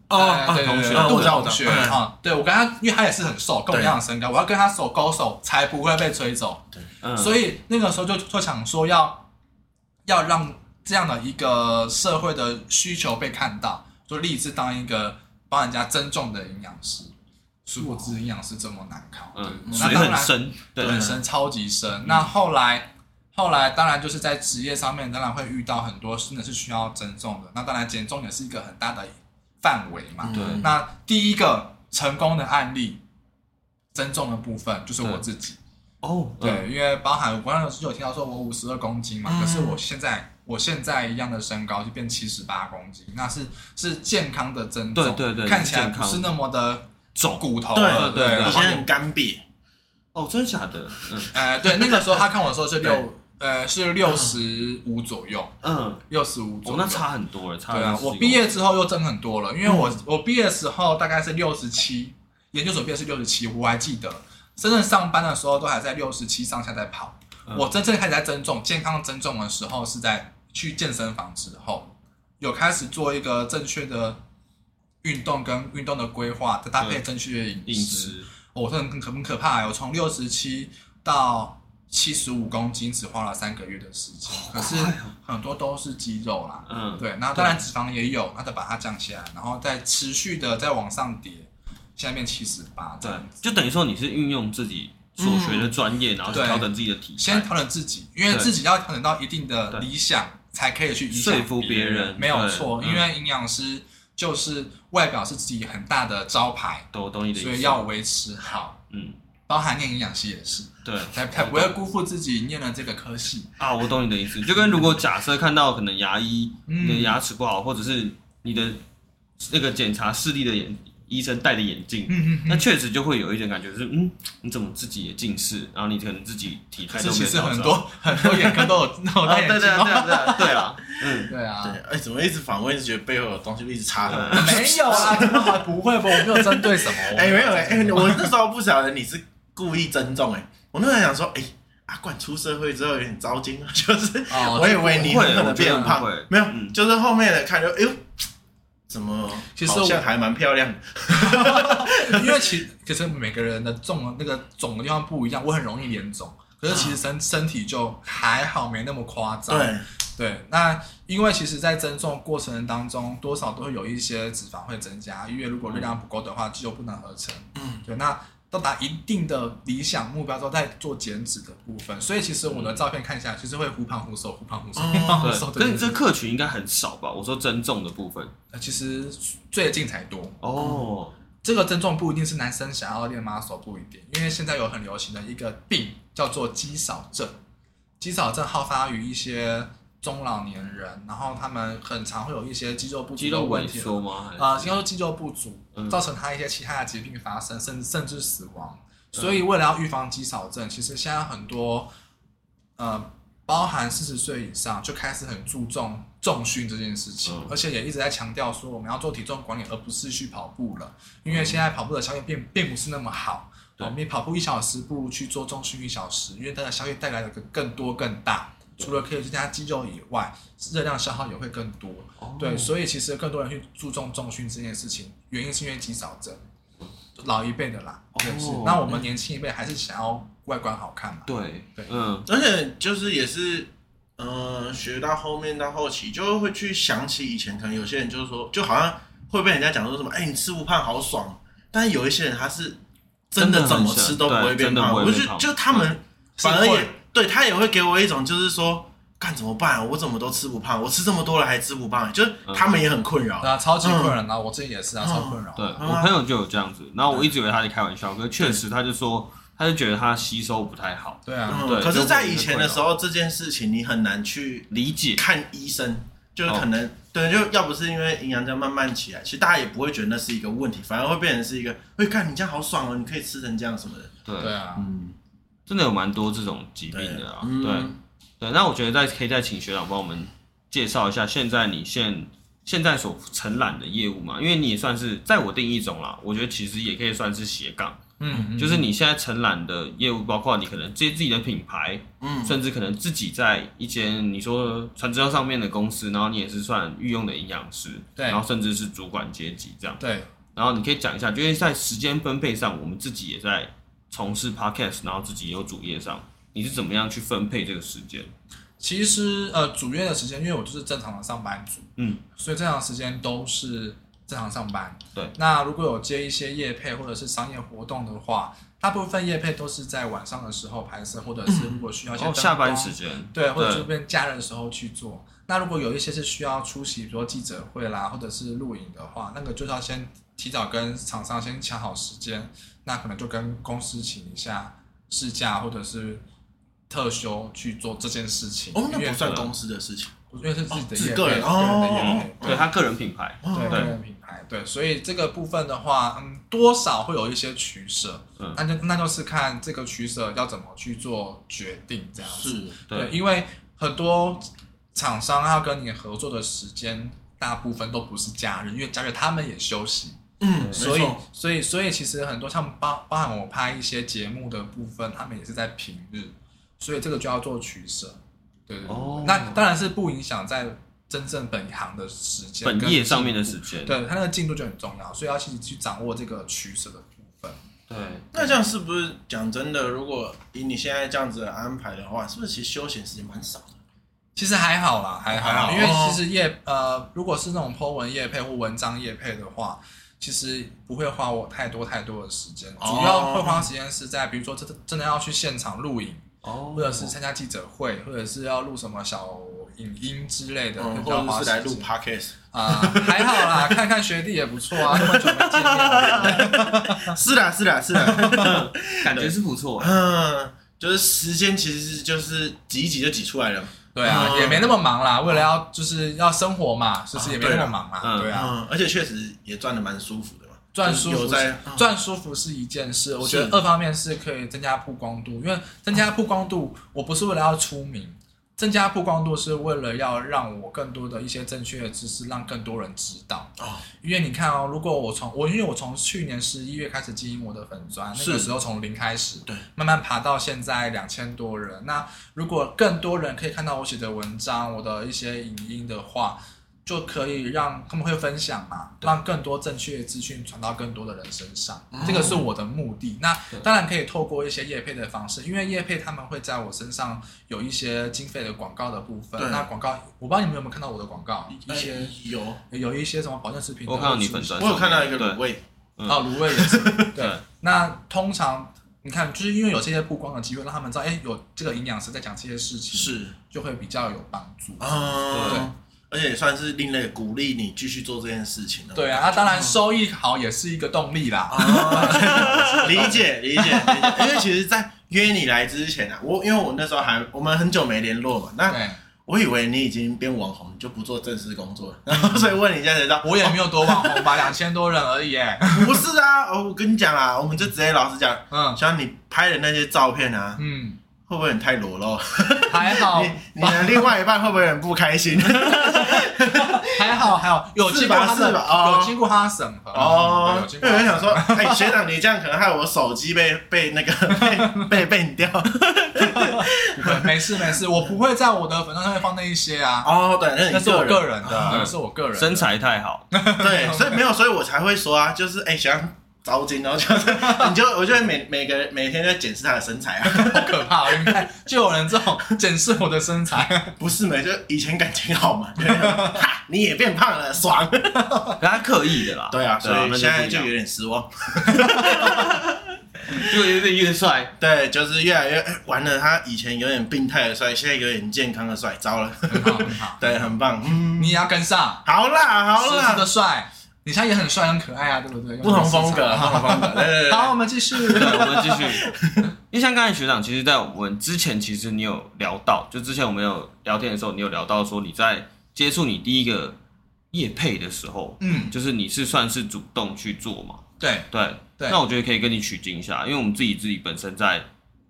B: 哦，
C: 哎对
A: 啊同
C: 对
A: 学
C: 对
A: 我
C: 杜
A: 知道嗯
C: 同学
B: 我知道
C: 啊，对我跟他，因为他也是很瘦，跟我一样的身高，我要跟他手勾手才不会被吹走。
A: 嗯，
C: 所以那个时候就就想说要要让这样的一个社会的需求被看到，就立志当一个帮人家增重的营养师。殊不知营养师这么难考，
A: 嗯，
C: 对
A: 水
C: 那当
A: 很
C: 然
A: 深，对，嗯
C: 本身超级深。那后来，后来当然就是在职业上面，当然会遇到很多真的是需要增重的。那当然减重也是一个很大的范围嘛。
A: 对
B: 嗯
C: 那第一个成功的案例，增重的部分就是
A: 嗯
C: 我自己。
A: 哦，
C: 对，
A: 嗯，
C: 因为包含我刚刚有有提到说我五十二公斤嘛，
B: 嗯
C: 可是我现在我现在一样的身高就变七十八公斤，那是是健康的增重，
A: 对对对
C: 看起来
A: 健
C: 不
A: 康
C: 是那么的
A: 肿
C: 骨头
B: 嗯对
C: 了，
A: 对对
C: 然
B: 以
C: 后
B: 前
C: 也
B: 很干瘪，
A: 哦，真的假的？嗯
C: 呃，对，那个时候他看我说是
B: 对
C: 六，呃，是六十五左右，
A: 嗯，
C: 六十五
A: 我
C: 左右。
A: 那差很多了，差
C: 对啊
A: 了，
C: 我
A: 40
C: 毕业之后又增很多了，因为我、
A: 嗯
C: 我毕业的时候大概是六十七，研究所毕业是六十七，我还记得，真正上班的时候都还在六十七上下在跑。
A: 嗯
C: 我真正开始在增重、健康增重的时候是在去健身房之后，有开始做一个正确的运动跟运动的规划，再搭配
A: 嗯
C: 正确的饮哦
A: 饮食，
C: 我真的很可很可怕、欸，我从六十七到七十五公斤，只花了三个月的时间，可是
A: 哦
C: 很多都是肌肉啦，
A: 嗯，
C: 对，那当然脂肪也有，那再把它降下来，然后再持续的再往上叠，现在变七十八，
A: 对，就等于说你是运用自己所学的专业，然后去
C: 对
A: 调整自己的体
C: 先
A: 态，
C: 调整自己，因为
A: 对
C: 自己要调整到一定的
A: 对
C: 理想，才可以去影响
A: 说服别人，
C: 没有
A: 对
C: 错，
A: 嗯
C: 因为营养师就是外表是自己很大的招牌，
A: 懂我懂你的意思，
C: 所以要维持好，
A: 嗯，
C: 包含念营养师也是。
A: 对，
C: 才才不会辜负自己念了这个科系。
A: 啊，我懂你的意思，就跟如果假设看到可能牙医，
C: 嗯
A: 你的牙齿不好，或者是你的那个检查视力的眼医生戴的眼镜，
C: 嗯嗯
A: 那确实就会有一点感觉是，嗯，你怎么自己也近视，然后你可能自己体态
C: 可
A: 都
C: 是
A: 没
C: 其
A: 有
C: 实
A: 调
C: 很
A: 整
C: 多很多眼科都有那种
A: 啊，
C: 戴
A: 对
C: 眼
A: 对
C: 镜
A: 对
C: 哦。
A: 对对对啦，嗯，
C: 对啊
B: 对，，哎，怎么一直访问，一直觉得背后有东西一直插他？
C: 没有啊，怎么还不会不？我没有针
A: *laughs*
C: 对什么。
B: 哎，没有哎，哎，我那时候不晓得你是故意增重哎，我那时候想说，哎，阿冠出社会之后有点糟心 *laughs* 了，就是
C: 哦
B: 我以为你很可
A: 我
B: 能
A: 觉得
B: 变
A: 不
B: 胖
A: 会，
B: 没有
A: 嗯，
B: 就是后面的看就，哎呦，怎么
C: 其实
B: 好
C: 我
B: 像还蛮漂亮的，
C: *laughs* 因为其可是每个人的重那个肿的地方不一样，我很容易脸肿。可是其实身身体就还好，没那么夸张。
B: 啊对，
C: 对，那因为其实，在增重过程当中，多少都会有一些脂肪会增加，因为如果热量不够的话，肌肉不能合成。
B: 嗯，
C: 对，那到达一定的理想目标之后，再做减脂的部分。所以其实我的照片看下来，其实会忽胖忽瘦，忽胖忽瘦，
B: 嗯哦
C: *laughs* 忽胖忽瘦。
A: 对，可是
C: 对
A: 你这
C: 对对
A: 客群应该很少吧？我说增重的部分，
C: 呃其实最近才多。
A: 哦，
C: 这个增重不一定是男生想要练 muscle 不一定，因为现在有很流行的一个病叫做肌少症。肌少症好发于一些中老年人，然后他们很常会有一些肌肉不足
A: 肌
C: 的
A: 肉
C: 问
A: 萎
C: 题，
A: 缩吗？还是
C: 啊，应该说肌肉不足，
A: 嗯
C: 造成他一些其他的疾病发生，甚甚至死亡。
A: 嗯
C: 所以为了要预防肌少症，其实现在很多呃，包含四十岁以上就开始很注重重训这件事情，
A: 嗯
C: 而且也一直在强调说我们要做体重管理，而不是去跑步了，因为现在跑步的消费并并不是那么好。
A: 嗯对
C: 我们跑步一小时，不如去做重训一小时，因为它的效益带来的更多更大。除了可以增加肌肉以外，热量消耗也会更多。
A: 哦
C: 对，所以其实更多人去注重重训这件事情，原因是因为肌少症，老一辈的啦。
A: 哦
C: 对，是。那我们年轻一辈还是想要外观好看嘛？
A: 对
C: 对
A: 嗯，
B: 而且就是也是，呃，学到后面到后期，就会去想起以前，可能有些人就是说，就好像会被人家讲说什么，哎、你吃不胖好爽，但是有一些人他是
A: 真
B: 真
A: 的
B: 的
A: 很
B: 怎么
A: 省
B: 吃都不会
A: 对
B: 变
A: 真的
B: 胖，
A: 不会
B: 我
A: 变
B: 就
A: 胖
B: 就他们
C: 是会
B: 反而也对他也会给我一种就是说。干怎么办？我怎么都吃不胖，我吃这么多了还吃不胖，就是他
A: 嗯
B: 们也很困扰。
C: 对啊，超级困扰啊！我自己也是啊，
B: 嗯
C: 超困扰啊。
A: 对
B: 啊
A: 我朋友就有这样子，然后我一直以为他在开玩笑，可是确实他就说，他就觉得他吸收不太好，
C: 对啊，
A: 对
B: 嗯，可，
A: 就是我
B: 在
A: 觉得
B: 以前
A: 困
B: 的
A: 扰
B: 时候，这件事情你很难去
A: 理解
B: 看医生，就是可能、对，就要不是因为营养这样慢慢起来，其实大家也不会觉得那是一个问题，反而会变成是一个，会、看你这样好爽哦，你可以吃成这样什么的。
C: 对
A: 对，
C: 啊，
B: 嗯，
A: 真的有蛮多这种疾病的啊，对。
B: 嗯
A: 对，那我觉得再可以再请学长帮我们介绍一下，现在你现现在所承揽的业务嘛，因为你也算是在我定义中啦，我觉得其实也可以算是斜杠，
C: 嗯，
A: 就是你现在承揽的业务，包括你可能接自己的品牌，
B: 嗯
A: 甚至可能自己在一间你说传销上面的公司，然后你也是算御用的营养师，
C: 对
A: 然后甚至是主管阶级这样，
C: 嗯对
A: 然后你可以讲一下，就是在时间分配上，我们自己也在从事 podcast，然后自己也有主业上，你是怎么样去分配这个时间？
C: 其实呃，主业的时间，因为我就是正常的上班族，
A: 嗯，
C: 所以正常时间都是正常上班。
A: 对，
C: 那如果有接一些业配或者是商业活动的话，大部分业配都是在晚上的时候拍摄，或者是如果需要一些
A: 哦，
C: 灯
A: 下班
C: 光
A: 时间，
C: 对，或者是变假日的时候去做。那如果有一些是需要出席，比如说记者会啦，或者是录影的话，那个就是要先提早跟厂商先抢好时间，那可能就跟公司请一下事假或者是特休去做这件事情。
B: 哦，那
C: 因为
B: 不算
A: 对
B: 公司的事情。
C: 因为是自己
B: 哦
C: 的
B: 自
C: 业
B: 个
C: 配
B: 人
C: 个人的
B: 哦
C: 业配。
A: 嗯对他个人品牌，
C: 对个
A: 对
C: 人品牌，对，所以这个部分的话，嗯，多少会有一些取舍，
A: 嗯
C: 那就那就是看这个取舍要怎么去做决定，这样子。
B: 是，
C: 对，
A: 对，
C: 因为很多厂商要跟你合作的时间，大部分都不是假日，因为假日他们也休息，
B: 嗯，
C: 所以
B: 没错
C: 所以所以其实很多像包包含我拍一些节目的部分，他们也是在平日，所以这个就要做取舍。对对对，
A: 哦
C: 那当然是不影响在真正本行的时间，
A: 本业上面的时间，
C: 间，对他那个进度就很重要，所以要去去掌握这个取舍的部分。
A: 对，
B: 那这样是不是讲真的？如果以你现在这样子的安排的话，是不是其实休闲时间蛮少的？
C: 其实还好啦，还
B: 还
C: 好，
B: 好
C: 因为其实业呃，如果是那种 po 文业配或文章业配的话，其实不会花我太多太多的时间，
B: 哦
C: 主要会花时间是在比如说真的真的要去现场录影，
A: 哦
C: 或者是参加记者会，或者是要录什么小影音之类的，
B: 嗯，
C: 比较
B: 或者
C: 花时
B: 是
C: 间
B: 来录 podcast，
C: 啊、还好
B: *laughs*
C: 啦，看看学弟也不错啊，那么久没见面了，
B: 是的，是的，是的。
A: 感觉是不错，
B: 嗯，就是时间其实是就是挤一挤就挤出来了。
C: 对啊，
B: 嗯
C: 也没那么忙啦，为了要就是要生活嘛，就是也没那
B: 对
C: 么
B: 啊
C: 忙嘛，
A: 嗯
C: 对啊，
B: 嗯，而且确实也赚的蛮舒服的嘛。
C: 赚舒
B: 有
C: 服
B: 在
C: 是赚舒服是一件事，我觉得
B: 是
C: 二方面是可以增加曝光度，因为增加曝光度，我不是为了要出名，增加曝光度是为了要让我更多的一些正确的知识让更多人知道。
B: 哦，
C: 因为你看哦，如果我从我因为我从去年十一月开始经营我的粉砖，那个
B: 是
C: 时候从零开始，
B: 对，
C: 慢慢爬到现在两千多人。那如果更多人可以看到我写的文章，我的一些影音的话，就可以让他们会分享嘛，让更多正确的资讯传到更多的人身上，
B: 哦
C: 这个是我的目的。那
A: 对
C: 当然可以透过一些业配的方式，因为业配他们会在我身上有一些经费的广告的部分。
B: 对哎
C: 那广告我不知道你们有没有看到我的广告，一些。
B: 有，
C: 有一些什么保健食品，
A: 我看到你粉专
B: 我有看到一个
A: 对
B: 卤味，
A: 嗯
C: 哦，卤味也是。对
A: 对，
C: 那通常你看，就是因为有这些曝光的机会，让他们知道，哎，有这个营养师在讲这些事情，
B: 是，啊
C: 就会比较有帮助。
A: 对
B: 嗯，而且也算是另类鼓励你继续做这件事情了。
C: 对啊，那当然收益好也是一个动力啦。
B: 啊， *laughs* 理解理解理解，因为其实，在约你来之前啊，我因为我那时候还我们很久没联络嘛，那
C: 对，
B: 我以为你已经变网红，你就不做正式工作了， *laughs* 然后所以问你一下才知道，
C: 我也没有多网红吧，两千多人而已，哎，
B: 不是啊，哦，我跟你讲啊，我们就直接老实讲，
C: 嗯
B: 像你拍的那些照片啊，
C: 嗯，
B: 会不会很太裸露？啊
C: 还好
B: 你你的另外一半会不会很不开心？
C: 还好还好，有经过他
B: 是吧是吧哦
C: 的，有经过他的审核，
B: 哦
C: 对有，经
B: 因
C: 过
B: 为
C: 他
B: 我在
C: 的审
B: 想
C: 核
B: 说，哎、学长，你这样可能害我手机被 *laughs* 被那个被被被你掉。
C: 对没事没事，我不会在我的粉钻上面放那一些啊，
B: 哦，对，那
C: 那
B: 你
C: 是我个人的，
B: 啊
C: 那是我个人的
A: 身材太好，
B: 对，所以没有，所以我才会说啊，就是哎，学长糟心，然后就是 *laughs* 你就我就会每每个每天在检视他的身材
C: *laughs*
B: 啊，
C: 好可怕哦，原来就有人这种检视我的身材，
B: 不是没，就以前感情好嘛， *laughs* 对哈你也变胖了，爽。
A: 可他刻意的啦。
B: 对啊，所以
A: 那
B: 现
A: 不
B: 在
A: 一
B: 就
A: 样
B: 有点失望。
A: 就越变越
C: *laughs*
A: 帅，
B: 对，就是越来越哎完了，他以前有点病态的帅，现在有点健康的帅，糟了。
C: 很好很好，
B: 对，很棒。嗯，
C: 你也要跟上，
B: 好啦，好
C: 实时的
B: 啦，
C: 帅，你现在也很帅很可爱啊，对不对？
B: 不同风格，
C: 用
B: 不同风格。对对对
C: 这个市
B: 对。
C: 场好，我们继续，
A: 对，我们继续。因为像刚才学长，其实，在我们之前，其实你有聊到，就之前我们有聊天的时候，你有聊到说你在接触你第一个业配的时候，
C: 嗯，
A: 就是你是算是主动去做嘛？
C: 对
A: 对，
C: 对
A: 那我觉得可以跟你取经一下，因为我们自己自己本身在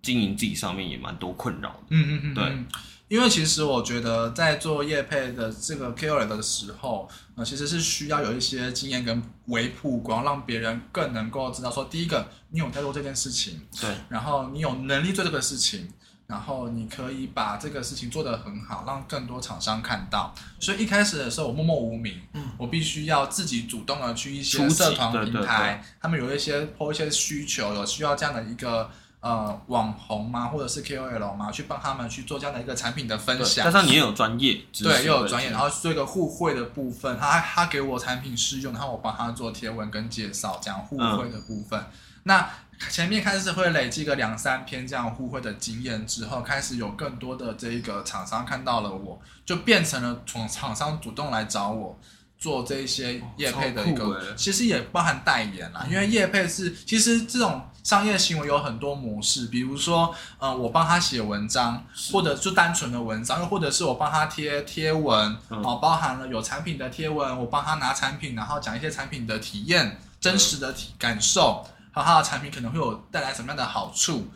A: 经营自己上面也蛮多困扰的。
C: 嗯嗯嗯，
A: 对
C: 嗯。因为其实我觉得在做业配的这个 KOL 的时候，呃，其实是需要有一些经验跟微曝光，让别人更能够知道说，第一个你有在做这件事情，
A: 对，
C: 然后你有能力做这个事情，然后你可以把这个事情做得很好，让更多厂商看到。所以一开始的时候我默默无名，
B: 嗯
C: 我必须要自己主动的去一
A: 出
C: 些
A: 击
C: 社团
A: 对
C: 平
A: 对
C: 台，他们有一些抛一些需求，有需要这样的一个。呃，网红嘛，或者是 KOL 嘛，去帮他们去做这样的一个产品的分
A: 对，
C: 享
A: 加，上你也有专业知识，
C: 对，又有专业，然后做一个互惠的部分，他他给我产品试用，然后我帮他做贴文跟介绍，这样互惠的部分。那前面开始会累积个两三篇这样互惠的经验之后，开始有更多的这一个厂商看到了我，就变成了从厂商主动来找我。做这一些业配的一
A: 超酷
C: 个，
A: 欸嗯
C: 其实也包含代言啦，因为业配是其实这种商业行为有很多模式，比如说，呃，我帮他写文章，或者就单纯的文章，又或者是我帮他贴贴文，
A: 嗯
C: 哦，包含了有产品的贴文，我帮他拿产品，然后讲一些产品的体验、真实的体感受，和他的产品可能会有带来什么样的好处，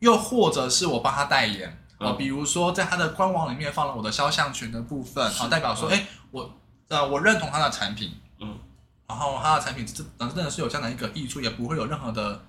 C: 又或者是我帮他代言。
A: 嗯
C: 哦，比如说在他的官网里面放了我的肖像权的部分，好、代表说，哎、我呃我认同他的产品，
A: 嗯，
C: 然后他的产品真真的是有这样的一个益处，也不会有任何的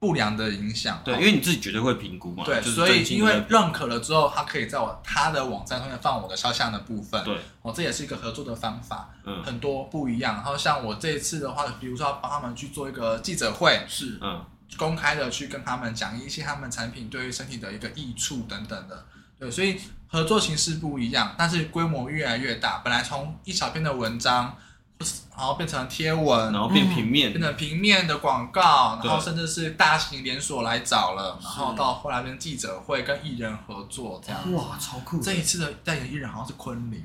C: 不良的影响。
A: 对，
C: 哦
A: 因为你自己绝对会评估嘛，
C: 对，
A: 就是
C: 所以
A: 真心
C: 因
A: 的
C: 为认可了之后，他可以在我他的网站上面放我的肖像的部分。
A: 对，
C: 哦，这也是一个合作的方法，
A: 嗯
C: 很多不一样。然后像我这一次的话，比如说要帮他们去做一个记者会，
B: 是
A: 嗯，
C: 公开的去跟他们讲一些他们产品对于身体的一个益处等等的。对，所以合作形式不一样，但是规模越来越大。本来从一小篇的文章，不是然后变成贴文，
A: 然后变平
B: 嗯
A: 面
C: 变，成平面的广告，
A: 对
C: 然后甚至是大型连锁来找了，然后到后来跟记者会、跟艺人合作这样。
A: 哇，超酷
C: 这一次的代言艺人好像是昆凌，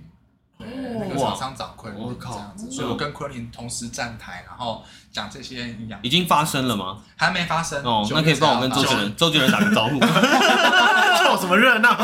C: 对，
B: 哦
C: 那个厂商找昆
A: 我
C: 凌这
A: 靠
C: 样子，所以我跟昆凌同时站台，然后讲这些营养，
A: 已经发生了吗？
C: 还没发生
A: 哦，
C: 九
A: 那可以
C: 月才
A: 帮
C: 要
A: 我跟
C: 发
A: 周杰
C: 生
A: 伦周杰伦打个招呼，
B: 凑什么热闹？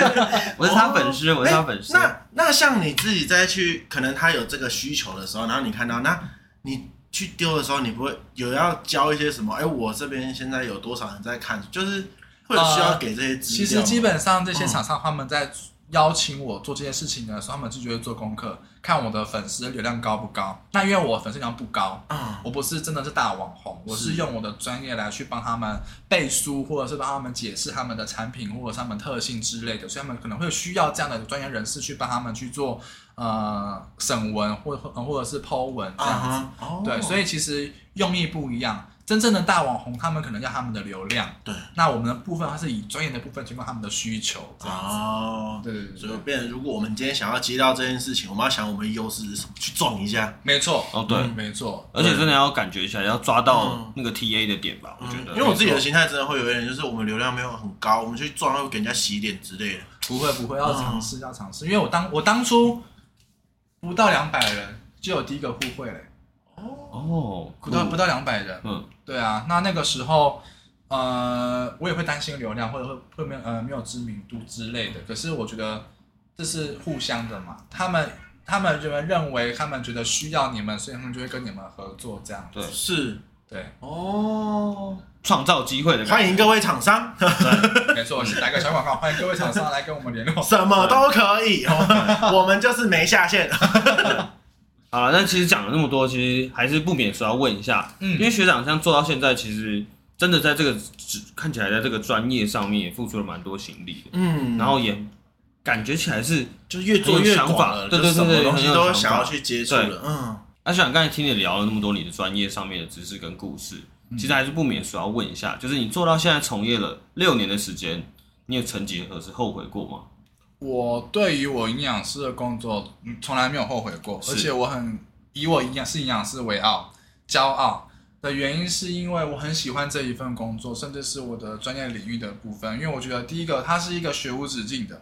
A: *laughs* 我是他粉
B: 哦
A: 丝，我是他粉丝。
B: 那那像你自己再去，可能他有这个需求的时候，然后你看到，那你去丢的时候，你不会有要教一些什么？哎，我这边现在有多少人在看？就是会有需要给这些资料
C: 其
B: 吗嗯
C: 实基本上这些厂商他们在邀请我做这些事情的时候，他们就觉得做功课，看我的粉丝的流量高不高。那因为我粉丝流量不高，
B: 嗯
C: 我不是真的是大网红，我是
B: 是
C: 用我的专业来去帮他们背书，或者是帮他们解释他们的产品或者是他们特性之类的，所以他们可能会需要这样的专业人士去帮他们去做呃审文或或或者是 Po 文这
B: 啊
C: 样子。
B: 哈，哦
C: 对，所以其实用意不一样。真正的大网红，他们可能要他们的流量，
B: 对，
C: 那我们的部分，它是以专业的部分提供他们的需求，这样子。
B: 哦，
C: 对对对
B: 所
C: 对
B: 以，变成如果我们今天想要接到这件事情，我们要想我们的优势是什么，去撞一下。
C: 没错，
A: 哦，对，
C: 嗯没错，
A: 而且真的要感觉一下，要抓到
B: 嗯
A: 那个 TA 的点吧，我觉得。
B: 因为我自己的心态真的会有点，就是我们流量没有很高，我们去撞会给人家洗脸之类的。
C: 不会不会，
B: 嗯
C: 要尝试要尝试，因为我当我当初不到两百人就有第一个互惠嘞，
A: 哦，
C: 不到不
A: 到，
C: 到两百人，
A: 嗯，
C: 对啊，那那个时候，呃，我也会担心流量或者会会没有呃没有知名度之类的。可是我觉得这是互相的嘛，他们他们觉得认为他们觉得需要你们，所以他们就会跟你们合作这样。
A: 对
B: 是
C: 对，
B: 哦，
A: 创造机会的感觉
B: 欢迎各位厂商，
C: 没错，打个小广告，欢迎各位厂商来跟我们联
B: *laughs*
C: 络。
B: 什么都可以，我们就是没下限。
A: 好了，那其实讲了那么多，其实还是不免说要问一下，
C: 嗯
A: 因为学长像做到现在，其实真的在这个职看起来在这个专业上面也付出了蛮多心力的，
B: 嗯
A: 然后也感觉起来是，
B: 就越做越
A: 很有想
B: 广
A: 法
B: 了，
A: 对
B: 就
A: 对
B: 什么
A: 对对
B: 东西
A: 很有
B: 都
A: 想
B: 想要
A: 法
B: 去接触
A: 对
B: 了，嗯。
A: 那学长刚才听你聊了那么多你的专业上面的知识跟故事，
C: 嗯
A: 其实还是不免说要问一下，就是你做到现在从业了六年的时间，你有曾几何时后悔过吗？
C: 我对于我营养师的工作，嗯，从来没有后悔过，
A: 是
C: 而且我很以我营养是营养师为傲，骄傲的原因是因为我很喜欢这一份工作，甚至是我的专业领域的部分，因为我觉得第一个它是一个学无止境的，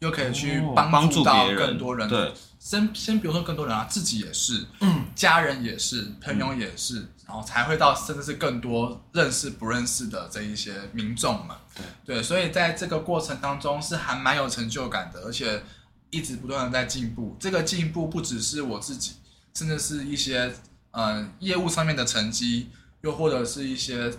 C: 又可以去
A: 哦
C: 帮
A: 帮
C: 助
A: 助
C: 到
A: 别人
C: 更多人，
A: 对，
C: 先先比如说更多人啊，自己也是，
B: 嗯，
C: 家人也是，朋友也是，然后才会到甚至是更多认识不认识的这一些民众嘛。对，所以在这个过程当中是还蛮有成就感的，而且一直不断的在进步。这个进步不只是我自己，甚至是一些呃业务上面的成绩，又或者是一些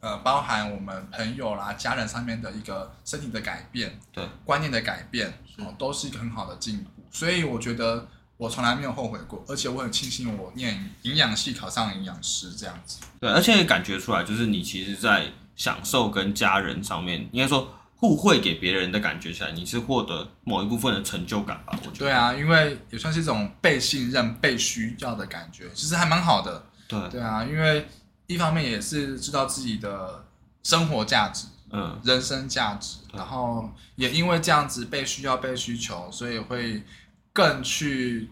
C: 呃包含我们朋友啦、家人上面的一个身体的改变，
A: 对
C: 观念的改变，哦，都是一个很好的进步。所以我觉得我从来没有后悔过，而且我很庆幸我念营养系考上营养师这样子。
A: 对，而且也感觉出来，就是你其实，在享受跟家人上面，应该说互惠给别人的感觉起来，你是获得某一部分的成就感吧？我觉得。
C: 对啊，因为也算是一种被信任、被需要的感觉，其实还蛮好的。
A: 对，
C: 对啊，因为一方面也是知道自己的生活价值、
A: 嗯，
C: 人生价值，
A: 对
C: 然后也因为这样子被需要、被需求，所以会更去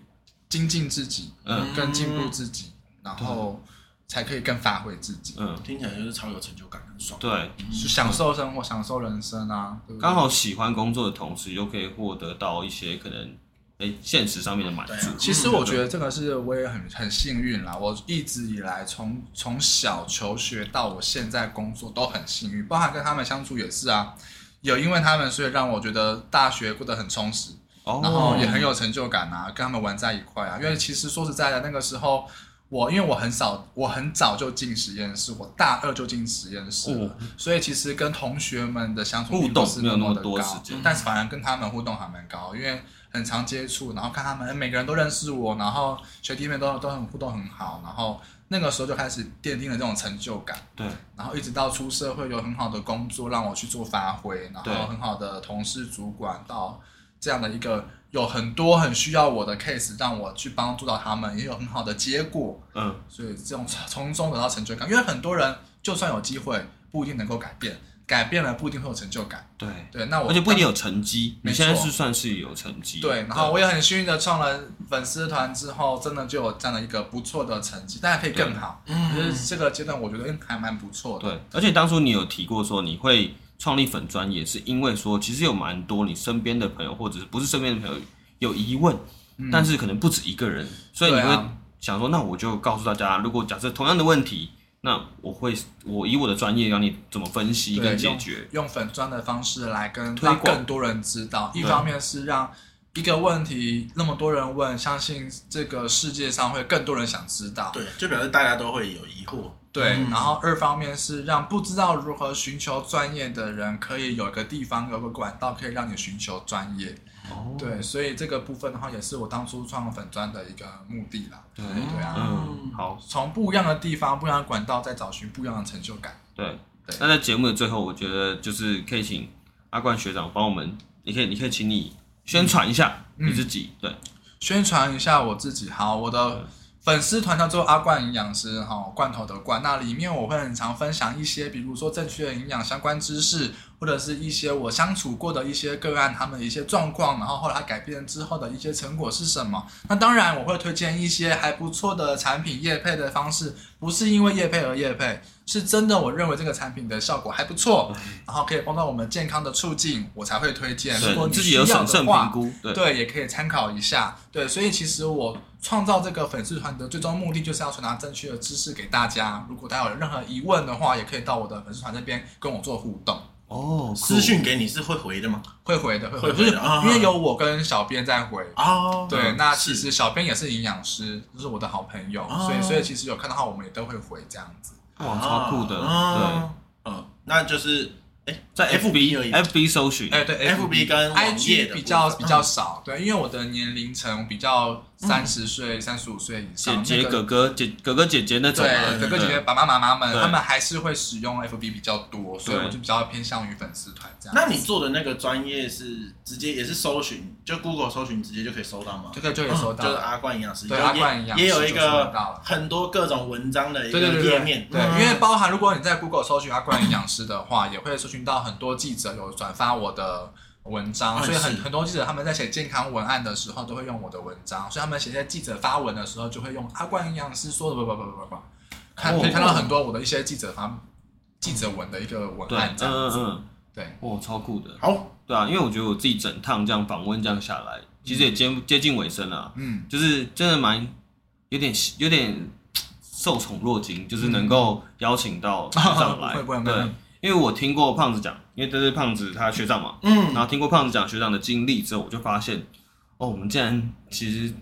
C: 精进自己，
A: 嗯
C: 更进步自己，然后才可以更发挥自己，
A: 嗯，
B: 听起来就是超有成就感，很爽。
A: 对，
C: 去享受生活、享受人生啊。对不对
A: 刚好喜欢工作的同时，又可以获得到一些可能，哎、现实上面的满
B: 对
A: 足
B: 啊。
C: 其实我觉得这个是我也很很幸运啦，我一直以来从从小求学到我现在工作都很幸运，包含跟他们相处也是啊，有因为他们，所以让我觉得大学过得很充实，
A: 哦，
C: 然后也很有成就感啊，跟他们玩在一块啊。因为其实说实在的，那个时候我因为我很少，我很早就进实验室，我大二就进实验室了，
A: 哦
C: 所以其实跟同学们的相处
A: 互
C: 并不
A: 动
C: 是
A: 没有
C: 么
A: 那么
C: 的
A: 多
C: 高
A: 时间
C: 但是反而跟他们互动还蛮高，因为很常接触，然后看他们每个人都认识我，然后学弟妹都都很互动很好，然后那个时候就开始奠定了这种成就感。
A: 对，
C: 然后一直到出社会有很好的工作让我去做发挥，然
A: 对
C: 后很好的同事、主管到这样的一个有很多很需要我的 case 让我去帮助到他们，也有很好的结果，
A: 嗯，
C: 所以这种从中得到成就感。因为很多人就算有机会，不一定能够改变，改变了不一定会有成就感。
A: 对，
C: 对，那我
A: 而且不一定有成绩，
C: 没
A: 你现在
C: 错
A: 是算是有成绩。
C: 对，然后我也很幸运的创了粉丝团之后，真的就有这样的一个不错的成绩，当然可以更好。
B: 嗯
C: 就是这个阶段，我觉得嗯还蛮不错的。
A: 对，而且当初你有提过说你会创立粉专，也是因为说其实有蛮多你身边的朋友，或者是不是身边的朋友有疑问，但是可能不止一个人，所以你
C: 嗯对
A: 会
C: 啊
A: 想说，那我就告诉大家，如果假设同样的问题，那我会我以我的专业让你怎么分析
C: 对
A: 跟解
C: 用
A: 决。
C: 用粉砖的方式来跟
A: 推
C: 让
A: 广
C: 更多人知道。一
A: 对
C: 方面是让一个问题那么多人问，相信这个世界上会更多人想知道。
B: 对，就表示大家都会有疑惑。
C: 对，
B: 嗯
C: 然后二方面是让不知道如何寻求专业的人，可以有一个地方有个管道可以让你寻求专业。
A: 哦，
C: 对，所以这个部分的话，也是我当初创粉砖的一个目的啦。
A: 对
C: 对啊，
A: 嗯，好，
C: 从不一样的地方、不一样的管道，再找寻不一样的成就感。
A: 对
C: 对。
A: 那在节目的最后，我觉得就是可以请阿冠学长帮我们，你可以你可以请你宣传一下
C: 嗯
A: 你自己，对，
C: 宣传一下我自己。好，我的粉丝团叫做阿冠营养师，哈，罐头的罐。那里面我会很常分享一些，比如说正确的营养相关知识，或者是一些我相处过的一些个案，他们的一些状况，然后后来改变之后的一些成果是什么。那当然，我会推荐一些还不错的产品业配的方式，不是因为业配而业配，是真的我认为这个产品的效果还不错，
A: 嗯
C: 然后可以帮到我们健康的促进，我才会推荐。如果
A: 对，
C: 你
A: 自己
C: 需
A: 有
C: 要
A: 审
C: 的
A: 慎
C: 话
A: 评估，对，
C: 对，也可以参考一下。对，所以其实我创造这个粉丝团的最终目的就是要传达正确的知识给大家。如果大家有任何疑问的话，也可以到我的粉丝团这边跟我做互动，
A: 哦，
B: 私讯给你是会回的吗？
C: 会回的，会
B: 会
C: 回
B: 回的
C: 就是
B: 啊
C: 因为有我跟小编在回。
B: 哦，
C: 对，那其
B: 是
C: 实小编也是营养师，就是我的好朋友，
B: 哦
C: 所以所以其实有看到的话，我们也都会回这样子。
A: 哇，超酷的，
C: 啊
A: 对。
B: 哦嗯，那就是哎，
A: 在
B: FB 而已
A: FB FB 搜寻，
C: 哎，对
B: FB 跟网页
C: IG
B: 的
C: 比较
B: 部分
C: 比较少，对，因为我的年龄层比较三十岁、三十五岁以
A: 姐
C: 上，
A: 姐、
C: 那个
A: 哥哥、姐哥哥姐姐那种啊嘛，
C: 对哥哥姐姐、爸爸妈妈们，
A: 对
C: 他们还是会使用 FB 比较多，所以
A: 对
C: 我就比较偏向于粉丝团这样。
B: 那你做的那个专业是直接也是搜寻，就 Google 搜寻直接就可以搜到吗？嗯
C: 这个就有收到
B: 就是
C: 了，
B: 阿冠营养师，
C: 对
B: 就
C: 阿
B: 也
C: 冠营养师
B: 也有一
C: 就搜得到
B: 个
C: 了
B: 很多各种文章的一
C: 对
B: 个
C: 对对
B: 页
C: 对
B: 面，
C: 对，
B: 嗯
C: 因为包含如果你在 Google 搜寻阿冠营养师的话，也会搜寻到很多记者有转发我的文章，
B: 嗯
C: 所以很
B: 是
C: 很多记者他们在写健康文案的时候都会用我的文章，所以他们写在记者发文的时候就会用阿冠营养师说的不不不不不不，看
A: 哦
C: 可以看到很多我的一些记者发记者文的一个文
A: 对，
C: 案
A: 嗯
C: 这样
A: 嗯
C: 子，
A: 嗯，
C: 对。
A: 哇，超酷的，
B: 嗯好，
A: 对啊，因为我觉得我自己整趟这样访问这样下来，其实也接接近尾声了啊，
C: 嗯，
A: 就是真的蛮有点有点受宠若惊，就是能够邀请到学
C: *laughs*
A: 长来，
C: 嗯啊不会不会不会
A: 对，因为我听过胖子讲，因为这是胖子他学长嘛，
B: 嗯
A: 然，后听过胖子讲学长的经历之后，我就发现，哦，我们竟然其实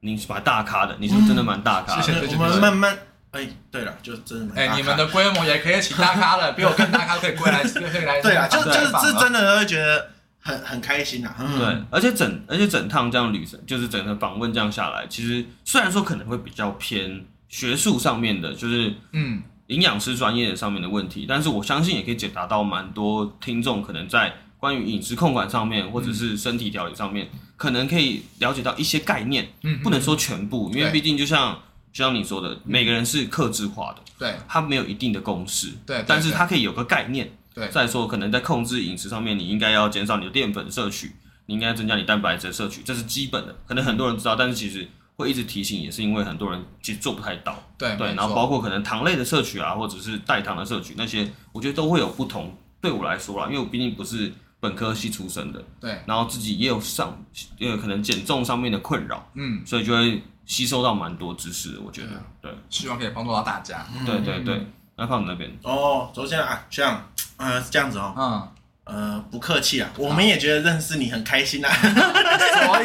A: 你是蛮大咖的，你是真的蛮大咖的，
C: 嗯谢谢对对
B: 我
C: 对
B: 们慢慢，哎，对了，就真的蛮
C: 哎、
B: 大
C: 你
B: 咖
C: 们的规模也可以请大咖了，比我更大咖可以过来，可以来。
B: 对啊，就就
C: 来
B: 是
C: *laughs* 访了
B: 是真的会觉得很很开心啊，嗯
A: 对，而且整而且整趟这样旅程，就是整个访问这样下来，其实虽然说可能会比较偏学术上面的，就是
C: 嗯，
A: 营养师专业上面的问题，但是我相信也可以解答到蛮多听众可能在关于饮食控管上面，或者是身体调理上面，可能可以了解到一些概念，
C: 嗯
A: 不能说全部，因为
C: 对
A: 毕竟就像就像你说的，每个人是克制化的，
C: 对
A: 它没有一定的公式，
C: 对对
A: 但是它可以有个概念。
C: 对
A: 再说可能在控制饮食上面，你应该要减少你的淀粉摄取，你应该增加你蛋白质的摄取，这是基本的。可能很多人知道，但是其实会一直提醒，也是因为很多人其实做不太到。
C: 对
A: 对，
C: 没
A: 然后
C: 错
A: 包括可能糖类的摄取啊，或者是代糖的摄取，那些我觉得都会有不同。对我来说啦，因为我毕竟不是本科系出身的，
C: 对，
A: 然后自己也有上，也有可能减重上面的困扰，
C: 嗯，
A: 所以就会吸收到蛮多知识的。我觉得，对，
C: 希望可以帮助到大家。
A: 对对对。
C: 嗯
A: 那胖子那边，
B: 哦，首先啊，学长，嗯，这样子哦，
C: 嗯，
B: 呃，不客气啊，我们也觉得认识你很开心
C: 哎
B: 啊，
C: 所以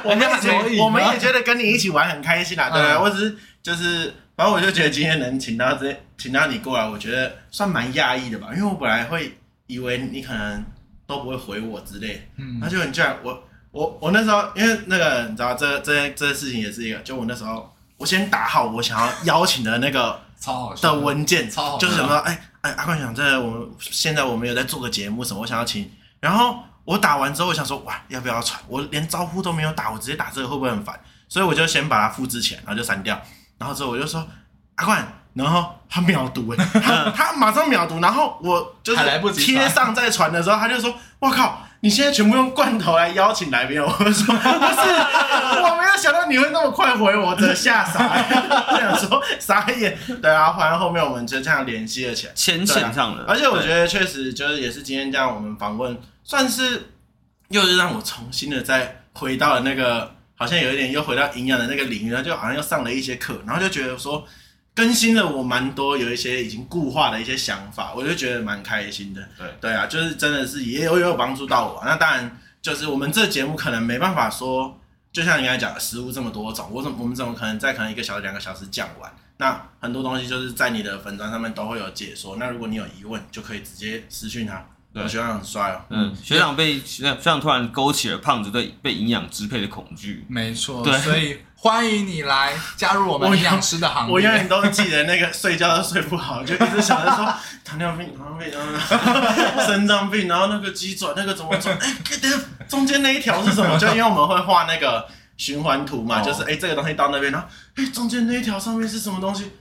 B: *laughs*
C: *laughs*
B: 我们也
C: 所以
B: 觉
C: 呢
B: 我们也觉得跟你一起玩很开心啊，对，
C: 嗯
B: 我只是就是。反正我就觉得今天能请到这请到你过来，我觉得算蛮讶异的吧，因为我本来会以为你可能都不会回我之类的，
C: 嗯
B: 那就很居然我我我那时候因为那个你知道这这这事情也是一个，就我那时候我先打好我想要邀请的那个
C: 超好笑
B: 的文件，
C: 超好笑
B: 就是想说，哎哎，阿冠想这我们现在我们有在做个节目什么，我想要请，然后我打完之后，我想说，哇，要不要传？我连招呼都没有打，我直接打这个会不会很烦？所以我就先把它复制起来，然后就删掉，然后之后我就说，阿冠，然后他秒读、
C: *laughs*
B: 哎，他他马上秒读，然后我就是
C: 还来不及
B: 贴
C: 传
B: 上再传的时候，他就说，我靠。你现在全部用罐头来邀请来宾，哦 *laughs* 我就说不是，我没有想到你会那么快回我的，吓傻了， *laughs* 我想说傻眼。对啊，反正后面我们就这样联系了起来。
A: 牵
C: 啊
A: 线上了，
B: 而且我觉
A: 得
B: 得确实就是也是今天这样，我们访问算是又是让我重新的再回到了那个，好像有一点又回到营养的那个领域，然后就好像又上了一些课，然后就觉得说更新了我蛮多有一些已经固化的一些想法，我就觉得蛮开心的。
A: 对
B: 对啊，就是真的是也有也有帮助到我。那当然就是我们这节目可能没办法说，就像你刚才讲的，食物这么多种，我怎么我们怎么可能在可能一个小时两个小时讲完？那很多东西就是在你的粉砖上面都会有解说。那如果你有疑问，就可以直接私讯他。
A: 对
B: 我觉得很帅哦。
A: 嗯，学长被学学长突然勾起了胖子对被营养支配的恐惧，
C: 没错，
A: 对
C: 所以欢迎你来加入我们营养师的行
B: 我永远
C: 列。
B: 都记得那个睡觉都睡不好，就一直想着说 *laughs* 糖尿病、糖尿病、嗯、肾脏病，然 *laughs* 后那个鸡转那个怎么转？哎、等一下中间那一条是什么？就因为我们会画那个循环图嘛，
C: 哦
B: 就是哎、这个东西到那边，然后哎、中间那一条上面是什么东西？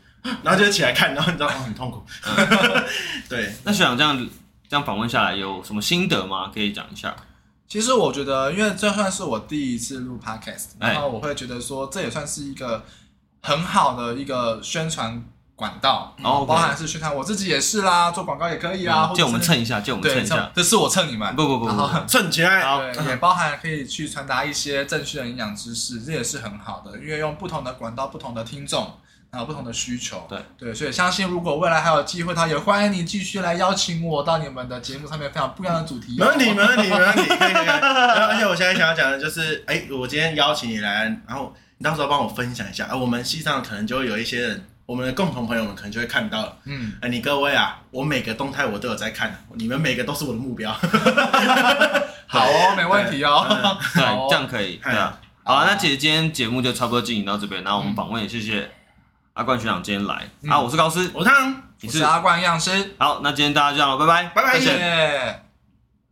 B: 然后就起来看，然后你知道哦很痛苦。对，
A: 那学长这样这样访问下来有什么心得吗？可以讲一下。
C: 其实我觉得，因为这算是我第一次录 podcast，
A: 哎
C: 然后我会觉得说，这也算是一个很好的一个宣传管道，
A: 然后
C: 包含是宣传我自己也是啦，做广告也可以啊，或
A: 哦嗯借
C: 者
A: 我们
C: 是
A: 蹭一下，借我们蹭
C: 对
A: 一
C: 蹭
A: 下，。
C: 这是我蹭你们，
A: 不不不不
C: 然
A: 不
C: 后
A: 不，
B: 趁起来。
C: 对，也包含可以去传达一些正确的营养知识，这也是很好的，因为用不同的管道、不同的听众，然后不同的需求，
A: 对
C: 对，所以相信如果未来还有机会，他也欢迎你继续来邀请我到你们的节目上面分享不一样的主题、
B: 没问题，没问题，没问题。可以可以可以然后而且我现在想要讲的就是，哎、我今天邀请你来，然后你到时候帮我分享一下，啊，我们系上可能就会有一些人，我们的共同朋友们可能就会看到了。
C: 嗯，
B: 哎、你各位啊，我每个动态我都有在看，啊你们每个都是我的目标。
C: 好哦，没问题哦，
B: 嗯
A: *laughs* 对
C: 好哦，
A: 这样可以，对啊，好啊，那其实今天节目就差不多进行到这边，然后我们访问也谢谢阿冠学长今天来、啊，我是高斯，
B: 我烫。
A: 你
C: 我
A: 是
C: 是阿冠样师，
A: 好，那今天大家就这样了，拜拜，
B: 拜拜
A: 再
C: 谢
A: 见。
C: 谢。